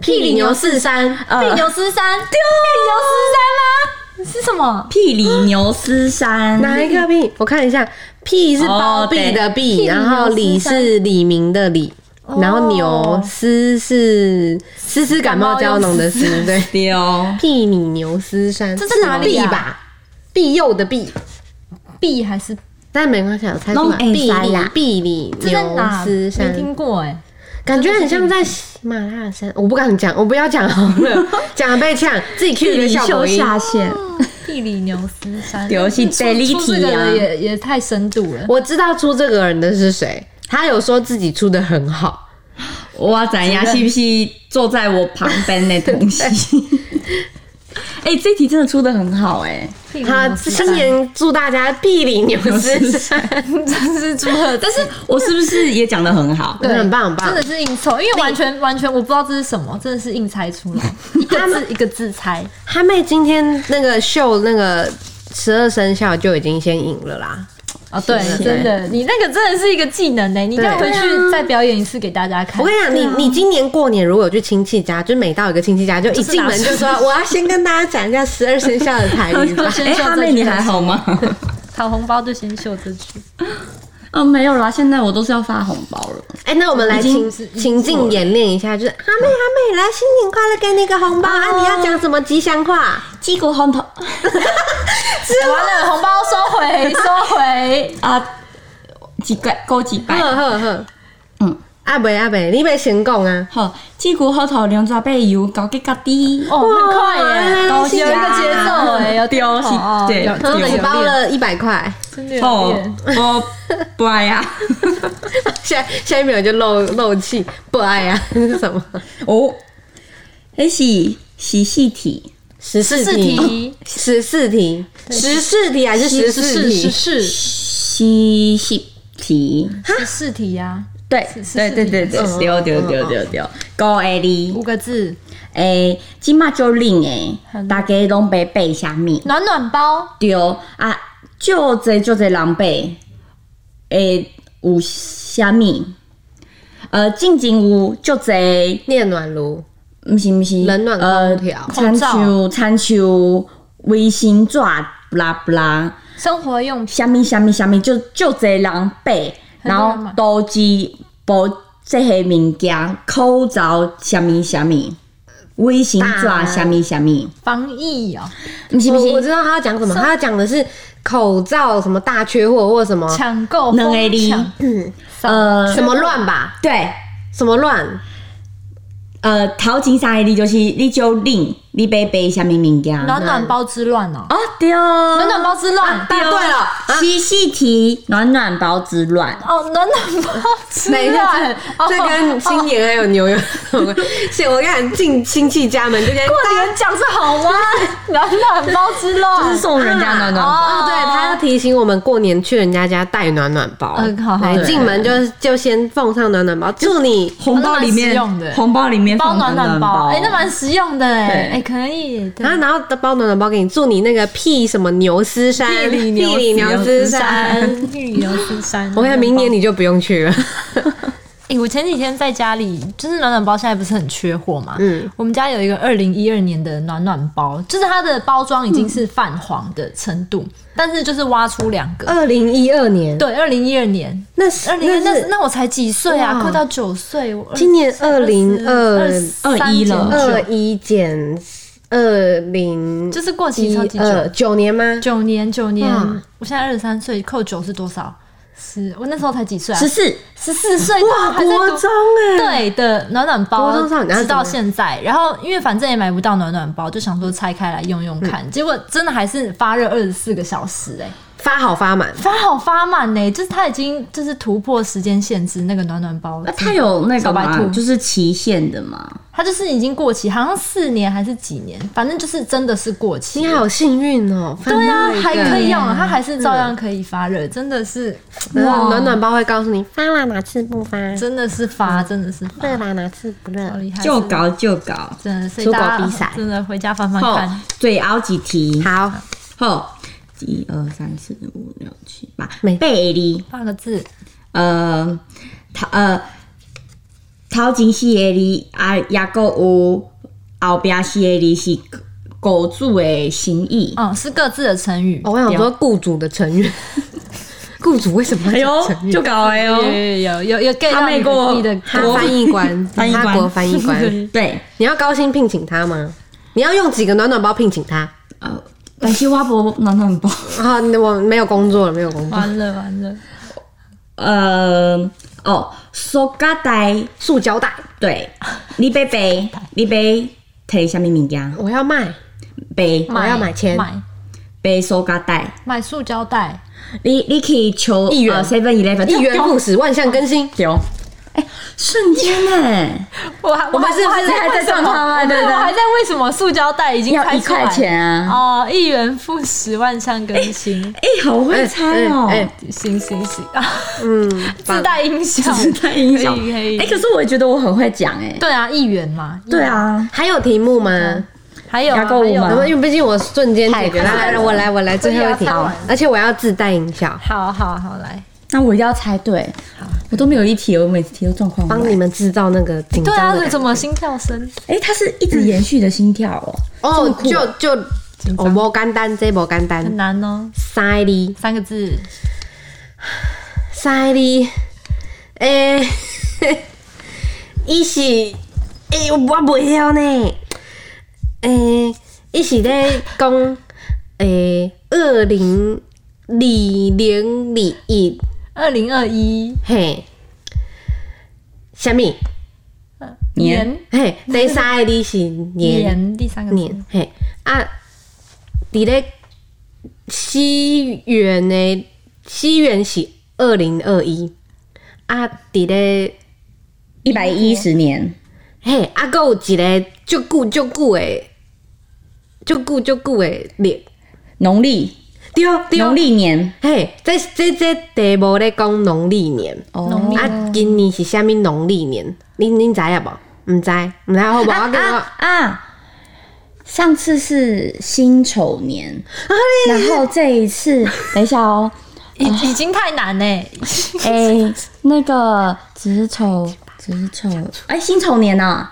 [SPEAKER 2] 霹雳牛四山，
[SPEAKER 3] 霹雳
[SPEAKER 1] 呃，
[SPEAKER 3] 牛斯山，霹雳牛斯山吗？是什么？
[SPEAKER 1] 霹雳牛斯山，
[SPEAKER 2] 哪一个屁？我看一下，屁是包庇的
[SPEAKER 3] 哦
[SPEAKER 2] 庇，
[SPEAKER 3] 对
[SPEAKER 2] 然后李是李明的李，然后牛丝是丝丝感冒胶囊的丝，对。
[SPEAKER 1] 丢？
[SPEAKER 2] 屁你牛丝山，
[SPEAKER 3] 这在哪里啊
[SPEAKER 2] 庇吧？庇佑的庇，
[SPEAKER 3] 碧还是
[SPEAKER 2] 但没关系，我猜出
[SPEAKER 1] 都
[SPEAKER 2] 来。
[SPEAKER 1] 可以
[SPEAKER 2] 庇
[SPEAKER 1] 啦
[SPEAKER 2] 里庇里
[SPEAKER 3] 这在
[SPEAKER 2] 牛
[SPEAKER 3] 哪？
[SPEAKER 2] 丝
[SPEAKER 3] 没
[SPEAKER 2] 山，
[SPEAKER 3] 听过哎，
[SPEAKER 2] 感觉很像在喜马拉雅山。我不敢讲，我不要讲好 了，讲了被呛，自己 Q 一个效果音。
[SPEAKER 1] 下线，
[SPEAKER 3] 霹雳哦牛斯山，
[SPEAKER 1] 对是
[SPEAKER 3] 出
[SPEAKER 1] Delhi
[SPEAKER 3] 出这
[SPEAKER 1] 题
[SPEAKER 3] 个
[SPEAKER 1] 啊
[SPEAKER 3] 的也也太深度了。
[SPEAKER 2] 我知道出这个人的是谁，他有说自己出的很好，
[SPEAKER 1] 我怎样是不是坐在我旁边的东西？ 哎、这题真的出的很好哎、
[SPEAKER 2] 好，
[SPEAKER 3] 嗯
[SPEAKER 2] 新年祝大家屁里牛
[SPEAKER 1] 牛
[SPEAKER 2] 斯
[SPEAKER 1] 斯
[SPEAKER 2] 散，
[SPEAKER 3] 真是祝贺，但是
[SPEAKER 1] 我是不是也讲的很好？
[SPEAKER 2] 真的嗯很棒很棒
[SPEAKER 3] 真的是硬凑，因为完全完全我不知道这是什么，真的是硬猜出来， 一个字一个字猜。
[SPEAKER 2] 哈妹今天那个秀那个十二生肖就已经先赢了啦，
[SPEAKER 3] 哦，对
[SPEAKER 1] 谢，谢
[SPEAKER 3] 真的，你那个真的是一个技能欸呢，你一定要
[SPEAKER 2] 对
[SPEAKER 3] 回去再表演一次给大家看
[SPEAKER 2] 我。跟你讲，你你今年过年如果有去亲戚家，就每到一个亲戚家，就一进门就说我要先跟大家讲一下十二生肖的台语 吧。
[SPEAKER 1] 哎、哈妹你还好吗？
[SPEAKER 3] 讨红包就先秀这句，
[SPEAKER 1] 哦，没有啦，现在我都是要发红包了。
[SPEAKER 2] 哎、那我们来
[SPEAKER 1] 已经
[SPEAKER 2] 情情境演练一下，就是哈妹哈妹来新年快乐，给你个红包、啊！你要讲什么吉祥话？
[SPEAKER 1] 鸡骨红头
[SPEAKER 3] 完了，红包收回，收回。
[SPEAKER 1] 啊，几块够几
[SPEAKER 2] 呵
[SPEAKER 1] 百？
[SPEAKER 2] 呵呵，
[SPEAKER 1] 嗯，
[SPEAKER 2] 阿北阿北，你别先讲啊！
[SPEAKER 1] 好，鸡骨好头两爪背油，搞给搞滴。
[SPEAKER 3] 哦，很快耶，
[SPEAKER 2] 恭喜
[SPEAKER 3] 有一个节奏哎，有
[SPEAKER 1] 丢
[SPEAKER 3] 哦哦
[SPEAKER 1] 对
[SPEAKER 3] 有
[SPEAKER 2] 他
[SPEAKER 3] 真的
[SPEAKER 2] 们
[SPEAKER 3] 有
[SPEAKER 2] 包
[SPEAKER 3] 练，
[SPEAKER 2] 了一百块，
[SPEAKER 3] 真的有
[SPEAKER 1] 哦
[SPEAKER 3] 练。，
[SPEAKER 1] 我不爱啊呀，
[SPEAKER 2] 下下一秒就漏漏气，不爱啊！ 这是什么？
[SPEAKER 1] 哦，
[SPEAKER 2] 哎
[SPEAKER 1] 那是十四题，
[SPEAKER 2] 十四
[SPEAKER 3] 四
[SPEAKER 2] 题，
[SPEAKER 3] 题，
[SPEAKER 2] 十四题，十四题还是十
[SPEAKER 3] 十
[SPEAKER 2] 四
[SPEAKER 3] 四十
[SPEAKER 2] 题？
[SPEAKER 3] 四
[SPEAKER 1] 十四题，
[SPEAKER 3] 十四题啊呀，
[SPEAKER 1] 对对对对对，
[SPEAKER 2] 嗯
[SPEAKER 1] 丢丢丢丢丢，高 A
[SPEAKER 3] 五
[SPEAKER 1] 哩，
[SPEAKER 3] 个字，
[SPEAKER 1] 诶，即马就冷诶，大家拢白背啥物？
[SPEAKER 3] 暖暖包，
[SPEAKER 1] 对啊，就这就这人背，诶，有啥物？呃，进前有就这。
[SPEAKER 2] 念暖炉，
[SPEAKER 1] 毋是毋是，
[SPEAKER 2] 冷暖空调
[SPEAKER 1] 呃参像参像卫生纸不啦不啦，
[SPEAKER 3] 生活用品，
[SPEAKER 1] 虾物虾物虾物，就就侪人背，
[SPEAKER 3] 很
[SPEAKER 1] 然
[SPEAKER 3] 多人
[SPEAKER 1] 后
[SPEAKER 3] 买
[SPEAKER 1] 多支包这些物件，口罩虾物虾物，卫生纸
[SPEAKER 2] 大
[SPEAKER 1] 虾物虾物，
[SPEAKER 3] 防疫哦，
[SPEAKER 1] 毋是毋
[SPEAKER 2] 我我
[SPEAKER 1] 是，
[SPEAKER 2] 知道他要讲什么，他要讲的是口罩什么大缺货或什么嗯
[SPEAKER 3] 抢购
[SPEAKER 1] 两个
[SPEAKER 3] 疯
[SPEAKER 1] 字
[SPEAKER 3] 抢，
[SPEAKER 1] 呃
[SPEAKER 2] 什么乱吧，
[SPEAKER 1] 对，
[SPEAKER 2] 什么乱。
[SPEAKER 1] 呃，头前三个字就是你就领，你背背虾物物件，
[SPEAKER 3] 暖暖包之乱哦，
[SPEAKER 1] 哦对哦，
[SPEAKER 3] 暖暖包之乱，
[SPEAKER 2] 答对了，
[SPEAKER 1] 西西提暖暖包之乱，
[SPEAKER 3] 哦，啊暖暖包之
[SPEAKER 2] 等一下
[SPEAKER 3] 乱，哦，
[SPEAKER 2] 这跟新年还有牛有什么关系？ 是我看进亲戚家门就跟
[SPEAKER 3] 过年讲是好吗？暖暖包之乱
[SPEAKER 1] 就是送人家暖暖
[SPEAKER 3] 啊
[SPEAKER 1] 包。
[SPEAKER 2] 哦，对，他要提醒我们过年去人家家带暖暖包，
[SPEAKER 3] 嗯好好
[SPEAKER 2] 对
[SPEAKER 3] 对
[SPEAKER 2] 进门就就先奉上暖暖包，祝你
[SPEAKER 1] 红包里面
[SPEAKER 3] 那蛮实用的，
[SPEAKER 1] 红包里面
[SPEAKER 3] 包
[SPEAKER 1] 放
[SPEAKER 3] 暖暖包，
[SPEAKER 1] 包，
[SPEAKER 3] 哎，那蛮实用的哎
[SPEAKER 1] 对，
[SPEAKER 3] 哎，可以，对
[SPEAKER 2] 然后然后包暖暖包给你，祝你那个屁什么牛丝山，
[SPEAKER 3] 地理牛
[SPEAKER 2] 屁里牛丝山。
[SPEAKER 3] 山，绿牛斯山。
[SPEAKER 2] 我看明年
[SPEAKER 3] 你，
[SPEAKER 2] 你就不用去了，
[SPEAKER 3] 哎，我前几天在家里，就是暖暖包现在不是很缺货嘛？
[SPEAKER 2] 嗯
[SPEAKER 3] 嗯，我们家有一个二零一二年的暖暖包，就是它的包装已经是泛黄的程度，但是就是挖出两个。
[SPEAKER 2] 二零一二年，
[SPEAKER 3] 对，二零一二年，
[SPEAKER 2] 那是
[SPEAKER 3] 二零那
[SPEAKER 2] 那是
[SPEAKER 3] 那我才几岁啊？
[SPEAKER 2] 哇
[SPEAKER 3] 快到九岁，我
[SPEAKER 2] 今年2022
[SPEAKER 1] 21了
[SPEAKER 2] 二一减二零
[SPEAKER 3] 就是过几
[SPEAKER 2] 一
[SPEAKER 3] 超级
[SPEAKER 2] 二
[SPEAKER 3] 久，
[SPEAKER 2] 九年吗？
[SPEAKER 3] 九年九年
[SPEAKER 2] 哇，
[SPEAKER 3] 我现在二十三岁，扣九是多少？十，我那时候才几岁啊？
[SPEAKER 1] 十四
[SPEAKER 3] 十四岁，哇，还在读
[SPEAKER 2] 国中哎
[SPEAKER 3] 对的暖暖包啊
[SPEAKER 2] 国中上，然后
[SPEAKER 3] 直到
[SPEAKER 2] 怎么样
[SPEAKER 3] 现在，然后因为反正也买不到暖暖包，就想说拆开来用用
[SPEAKER 2] 嗯
[SPEAKER 3] 看，结果真的还是发热二十四个小时、哎，
[SPEAKER 2] 发好发满，
[SPEAKER 3] 发好发满呢、就是它已经就是突破时间限制，那个暖暖包
[SPEAKER 1] 那，它有那个
[SPEAKER 3] 小白
[SPEAKER 1] 嘛，
[SPEAKER 3] 兔
[SPEAKER 1] 就是期限的嘛。
[SPEAKER 3] 它就是已经过期，好像四年还是几年，反正就是真的是过期
[SPEAKER 2] 你。好幸运哦！
[SPEAKER 3] 对啊
[SPEAKER 2] 翻到一，个
[SPEAKER 3] 还可以用，它还是照样可以发热，真的是，
[SPEAKER 2] 然
[SPEAKER 1] 嗯
[SPEAKER 2] 后暖暖包会告诉你发了哪次不发，
[SPEAKER 3] 真的是发，真的是发，
[SPEAKER 2] 热了哪次不热
[SPEAKER 3] 好。厉害，
[SPEAKER 1] 嗯就搞就搞，
[SPEAKER 3] 真的，所以
[SPEAKER 2] 出国
[SPEAKER 3] 大家
[SPEAKER 2] 比赛
[SPEAKER 3] 真的回家翻翻
[SPEAKER 1] 好
[SPEAKER 3] 看。，
[SPEAKER 1] 最后几题，
[SPEAKER 2] 好，
[SPEAKER 1] 好，一二三四五六七八
[SPEAKER 2] 没，
[SPEAKER 1] 贝里，
[SPEAKER 3] 八个字，
[SPEAKER 1] 呃，头呃，头前四个字啊，也个有后边四个字是狗主的心意。
[SPEAKER 3] 嗯，是各自的成语。
[SPEAKER 2] 哦我想说雇主的成员， 雇主为什么
[SPEAKER 1] 哎
[SPEAKER 2] 要
[SPEAKER 1] 呦
[SPEAKER 2] 讲成，语？
[SPEAKER 1] 就搞哎
[SPEAKER 3] 有
[SPEAKER 1] 呦，
[SPEAKER 3] 有有有有 get
[SPEAKER 1] 他
[SPEAKER 3] 到
[SPEAKER 1] 妹
[SPEAKER 3] 你
[SPEAKER 1] 给我
[SPEAKER 3] 的你的
[SPEAKER 2] 他
[SPEAKER 1] 我
[SPEAKER 2] 翻译官，
[SPEAKER 1] 翻译官
[SPEAKER 2] 他国翻译官，
[SPEAKER 1] 对，
[SPEAKER 2] 你要高薪聘请他吗？你要用几个暖暖包聘请他？
[SPEAKER 1] 呃，但是我无暖暖包。
[SPEAKER 2] 啊，我没有工作了，没有工作，
[SPEAKER 3] 完了完了，
[SPEAKER 1] 呃，哦，塑胶袋，
[SPEAKER 2] 塑胶袋
[SPEAKER 1] 对，你背背，你背摕什么物件？
[SPEAKER 2] 我要卖，
[SPEAKER 1] 背
[SPEAKER 2] 我要买钱
[SPEAKER 3] 买
[SPEAKER 1] 背塑胶袋，
[SPEAKER 3] 买塑胶袋，
[SPEAKER 1] 你你去求呃
[SPEAKER 2] 一元
[SPEAKER 1] Seven Eleven
[SPEAKER 2] 一元复始，万象更新。
[SPEAKER 1] 丢，瞬间哎、
[SPEAKER 3] 我还
[SPEAKER 1] 我们是不是还在撞他吗
[SPEAKER 3] 我
[SPEAKER 1] 对
[SPEAKER 3] 对，
[SPEAKER 1] 对
[SPEAKER 3] 我还在为什么塑胶袋已经
[SPEAKER 1] 要
[SPEAKER 3] 拆
[SPEAKER 1] 一
[SPEAKER 3] 出来
[SPEAKER 1] 块钱啊！
[SPEAKER 3] 哦，一元复始万象更新，
[SPEAKER 1] 哎、好会猜哦、
[SPEAKER 2] 哎哎
[SPEAKER 3] 行行行啊，
[SPEAKER 2] 嗯，
[SPEAKER 3] 自带音
[SPEAKER 2] 哎
[SPEAKER 3] 效，
[SPEAKER 1] 自带音效。
[SPEAKER 3] 可以可以
[SPEAKER 1] 哎、可是我也觉得我很会讲哎、
[SPEAKER 3] 对啊，一元嘛，
[SPEAKER 1] 对啊，
[SPEAKER 2] 还有题目
[SPEAKER 1] 嗯
[SPEAKER 2] 吗？
[SPEAKER 3] 还有啊
[SPEAKER 1] 牙膏
[SPEAKER 3] 还有啊
[SPEAKER 1] 舞吗
[SPEAKER 2] 因为毕竟我瞬间解决，来
[SPEAKER 3] 太快
[SPEAKER 2] 来，我来我来最后一
[SPEAKER 3] 我也
[SPEAKER 2] 题
[SPEAKER 3] 要猜完，
[SPEAKER 2] 而且我要自带音效，
[SPEAKER 3] 好好好，来，
[SPEAKER 1] 那我一定要猜对。我都没有一题，我每次题都状况
[SPEAKER 2] 帮
[SPEAKER 1] 外。
[SPEAKER 2] 你们制造那个紧
[SPEAKER 3] 对
[SPEAKER 2] 张
[SPEAKER 3] 啊
[SPEAKER 2] 的，感觉。
[SPEAKER 3] 怎么心跳声？
[SPEAKER 1] 哎、它是一直延续的心跳哦、
[SPEAKER 2] 哦，
[SPEAKER 1] 这
[SPEAKER 2] 就
[SPEAKER 1] 么嗯
[SPEAKER 2] 就
[SPEAKER 3] 紧
[SPEAKER 2] 哦，
[SPEAKER 3] 张
[SPEAKER 2] 无简单，这无简
[SPEAKER 3] 很
[SPEAKER 2] 单，
[SPEAKER 3] 难哦，
[SPEAKER 2] 塞哩
[SPEAKER 3] 三个字，
[SPEAKER 2] 塞哩，诶，伊是诶，我袂晓呢，诶，伊是咧讲诶，二零二零二一，
[SPEAKER 3] 二零二一
[SPEAKER 2] 嘿，啥物？
[SPEAKER 1] 年
[SPEAKER 3] 年
[SPEAKER 2] 嘿，第三个字是年
[SPEAKER 3] 年第三个字，
[SPEAKER 2] 年，嘿啊，伫咧西元的西元是二零二一，啊，伫咧
[SPEAKER 1] 一百一十年，
[SPEAKER 2] 嘿，啊，佫有一个足久足久的，足久足久的历，
[SPEAKER 1] 农历
[SPEAKER 2] 对对，哦
[SPEAKER 1] 农历年
[SPEAKER 2] 嘿，这这这题目咧讲农历年，
[SPEAKER 1] 哦，
[SPEAKER 2] 啊，今年是啥物农历年？恁恁知影无？毋知，毋知好无？我跟我
[SPEAKER 1] 啊啊！上次是辛丑年，然后这一 次，等一下哦，
[SPEAKER 3] 已已经太难嘞，
[SPEAKER 1] 哎、那个子丑子丑，哎、辛丑年呐、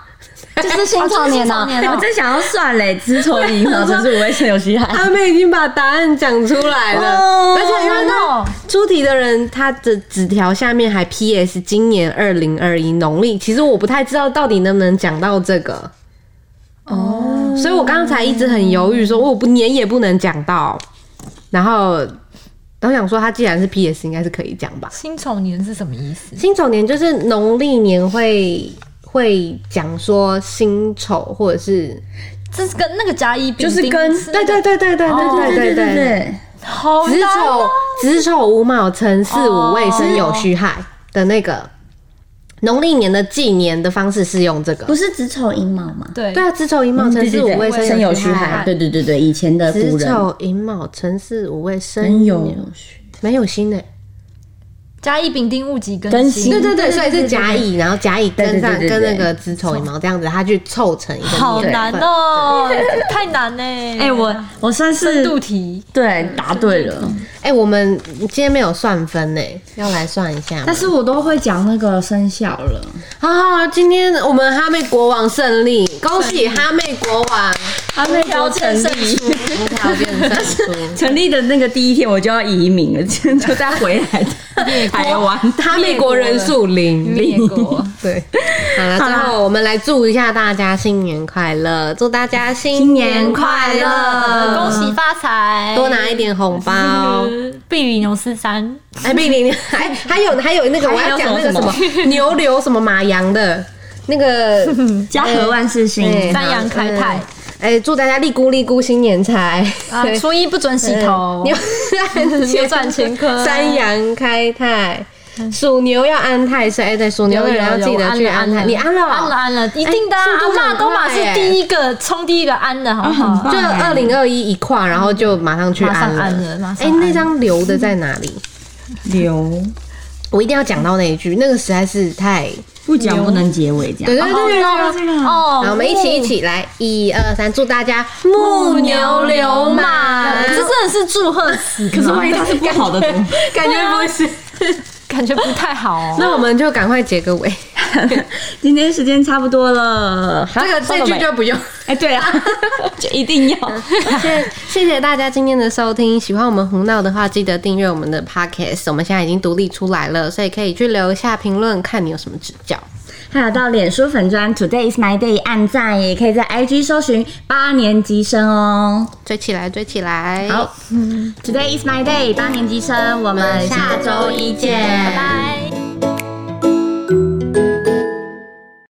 [SPEAKER 1] 就是辛丑年呐、
[SPEAKER 3] 哦就是辛丑年哦
[SPEAKER 1] 我真想要算嘞，子丑寅哦卯辰巳午未申酉 戌亥。
[SPEAKER 2] 阿妹已经把答案讲出来了，
[SPEAKER 1] 哦
[SPEAKER 2] 而且
[SPEAKER 3] 好
[SPEAKER 2] 他
[SPEAKER 3] 难哦
[SPEAKER 2] 出题的人他的纸条下面还 P.S. 今年二零二一农历，其实我不太知道到底能不能讲到这个，
[SPEAKER 1] 哦，
[SPEAKER 2] 所以我刚才一直很犹豫，说我不年也不能讲到，然后我想说他既然是 P.S. 应该是可以讲吧。
[SPEAKER 3] 辛丑年是什么意思？
[SPEAKER 2] 辛丑年就是农历年会会讲说辛丑或者是
[SPEAKER 3] 这是跟那个甲乙丙
[SPEAKER 1] 就是
[SPEAKER 3] 丁
[SPEAKER 1] 跟
[SPEAKER 3] 是那
[SPEAKER 2] 对
[SPEAKER 3] 个
[SPEAKER 2] 对对对对对对对对 对。
[SPEAKER 1] 对，
[SPEAKER 3] 好
[SPEAKER 2] 子
[SPEAKER 3] 难
[SPEAKER 2] 丑
[SPEAKER 3] 哦，
[SPEAKER 2] 子丑午卯辰巳午未申酉戌亥的那个农历年的纪年的方式是用这个
[SPEAKER 1] 不。是子丑寅卯吗？嗯
[SPEAKER 3] 对
[SPEAKER 2] 对啊，子丑寅卯辰
[SPEAKER 1] 对对
[SPEAKER 2] 巳午未
[SPEAKER 1] 对，
[SPEAKER 2] 申
[SPEAKER 1] 申酉
[SPEAKER 2] 酉
[SPEAKER 1] 戌
[SPEAKER 2] 戌
[SPEAKER 1] 亥，
[SPEAKER 2] 亥。
[SPEAKER 1] 对对对对，以前的古
[SPEAKER 2] 子
[SPEAKER 1] 人
[SPEAKER 2] 丑寅卯辰巳午未申
[SPEAKER 1] 申酉
[SPEAKER 2] 酉没有辛呢。
[SPEAKER 3] 甲乙丙丁戊己庚
[SPEAKER 1] 庚
[SPEAKER 3] 辛
[SPEAKER 1] 辛
[SPEAKER 2] 对对对，所以是甲乙，然后甲乙跟上
[SPEAKER 1] 对对对对
[SPEAKER 2] 跟
[SPEAKER 1] 对
[SPEAKER 2] 那个子丑寅卯这样子，它去凑成一个
[SPEAKER 3] 好
[SPEAKER 2] 年
[SPEAKER 3] 难
[SPEAKER 2] 份。
[SPEAKER 3] 哦，太难嘞！
[SPEAKER 1] 哎、我我算
[SPEAKER 3] 深
[SPEAKER 1] 是
[SPEAKER 3] 度题，
[SPEAKER 1] 对答对了，
[SPEAKER 2] 哎，我们今天没有算分呢，要来算一下吗。
[SPEAKER 1] 但是我都会讲那个生肖了。
[SPEAKER 2] 好好，今天我们哈妹国王胜利，恭喜哈妹国王。
[SPEAKER 1] 阿妹
[SPEAKER 3] 国成立
[SPEAKER 2] 无条件胜出。
[SPEAKER 1] 成立的那个第一天我就要移民了， 今天就再回来的台湾。
[SPEAKER 2] 他美国人数零
[SPEAKER 3] 灭国，
[SPEAKER 2] 对，好了，最后我们来祝一下大家新年快乐，祝大家新年快乐，
[SPEAKER 3] 恭喜发财，
[SPEAKER 2] 多拿一点红包。
[SPEAKER 3] 嗯碧旅牛四三，
[SPEAKER 2] 哎，碧玲，还还有还有那个我要讲那个什么
[SPEAKER 1] 还有
[SPEAKER 2] 牛流什么马洋的那 个，
[SPEAKER 1] 家和万事兴，
[SPEAKER 2] 哎
[SPEAKER 3] 三羊开泰。
[SPEAKER 2] 哎，祝大家利姑利姑新年财。
[SPEAKER 3] 啊，
[SPEAKER 2] 对
[SPEAKER 3] 初一不准洗 头，
[SPEAKER 2] 牛嗯
[SPEAKER 3] 扭转乾坤
[SPEAKER 2] 三羊开泰。属牛要安泰岁，哎，对，属牛的人要记得去安泰。你安了哦，
[SPEAKER 3] 安了安了，一定的啊。
[SPEAKER 2] 速度
[SPEAKER 3] 阿
[SPEAKER 2] 很
[SPEAKER 3] 妈都马是
[SPEAKER 2] 快耶
[SPEAKER 3] 第一个冲第一个安的，好不
[SPEAKER 1] 啊很
[SPEAKER 3] 好
[SPEAKER 1] 棒？
[SPEAKER 2] 就二零二一一跨，然后就马上去
[SPEAKER 3] 马
[SPEAKER 2] 安
[SPEAKER 3] 上
[SPEAKER 2] 了。
[SPEAKER 3] 安了，马
[SPEAKER 2] 哎、
[SPEAKER 3] 上安了。
[SPEAKER 2] 那张留的在哪里？
[SPEAKER 1] 刘
[SPEAKER 2] 我一定要讲到那一句，那个实在是太……
[SPEAKER 1] 不讲不能结尾这样。
[SPEAKER 2] 对对对对
[SPEAKER 3] 哦
[SPEAKER 2] 对。对
[SPEAKER 3] 哦
[SPEAKER 2] 好，我们一起一起来，一二三，祝大家木牛流马。
[SPEAKER 3] 这真的是祝贺词，
[SPEAKER 1] 可是万一他是不好的，怎么办
[SPEAKER 2] 感觉不 是，
[SPEAKER 3] 感觉不太好哦。
[SPEAKER 2] 那我们就赶快结个尾。
[SPEAKER 1] 今天时间差不多了，
[SPEAKER 2] 这个这句就不用。
[SPEAKER 1] 哎，对啊， 就一定要。
[SPEAKER 2] 谢谢谢大家今天的收听，喜欢我们胡闹的话，记得订阅我们的 podcast。我们现在已经独立出来了，所以可以去留一下评论，看你有什么指教。
[SPEAKER 1] 还有到脸书粉砖 Today is my day 按赞，也可以在 IG 搜寻八年级生哦。
[SPEAKER 2] 追起来，追起来！
[SPEAKER 1] 好，Today is my day 八年级生，我们下周一见，拜拜。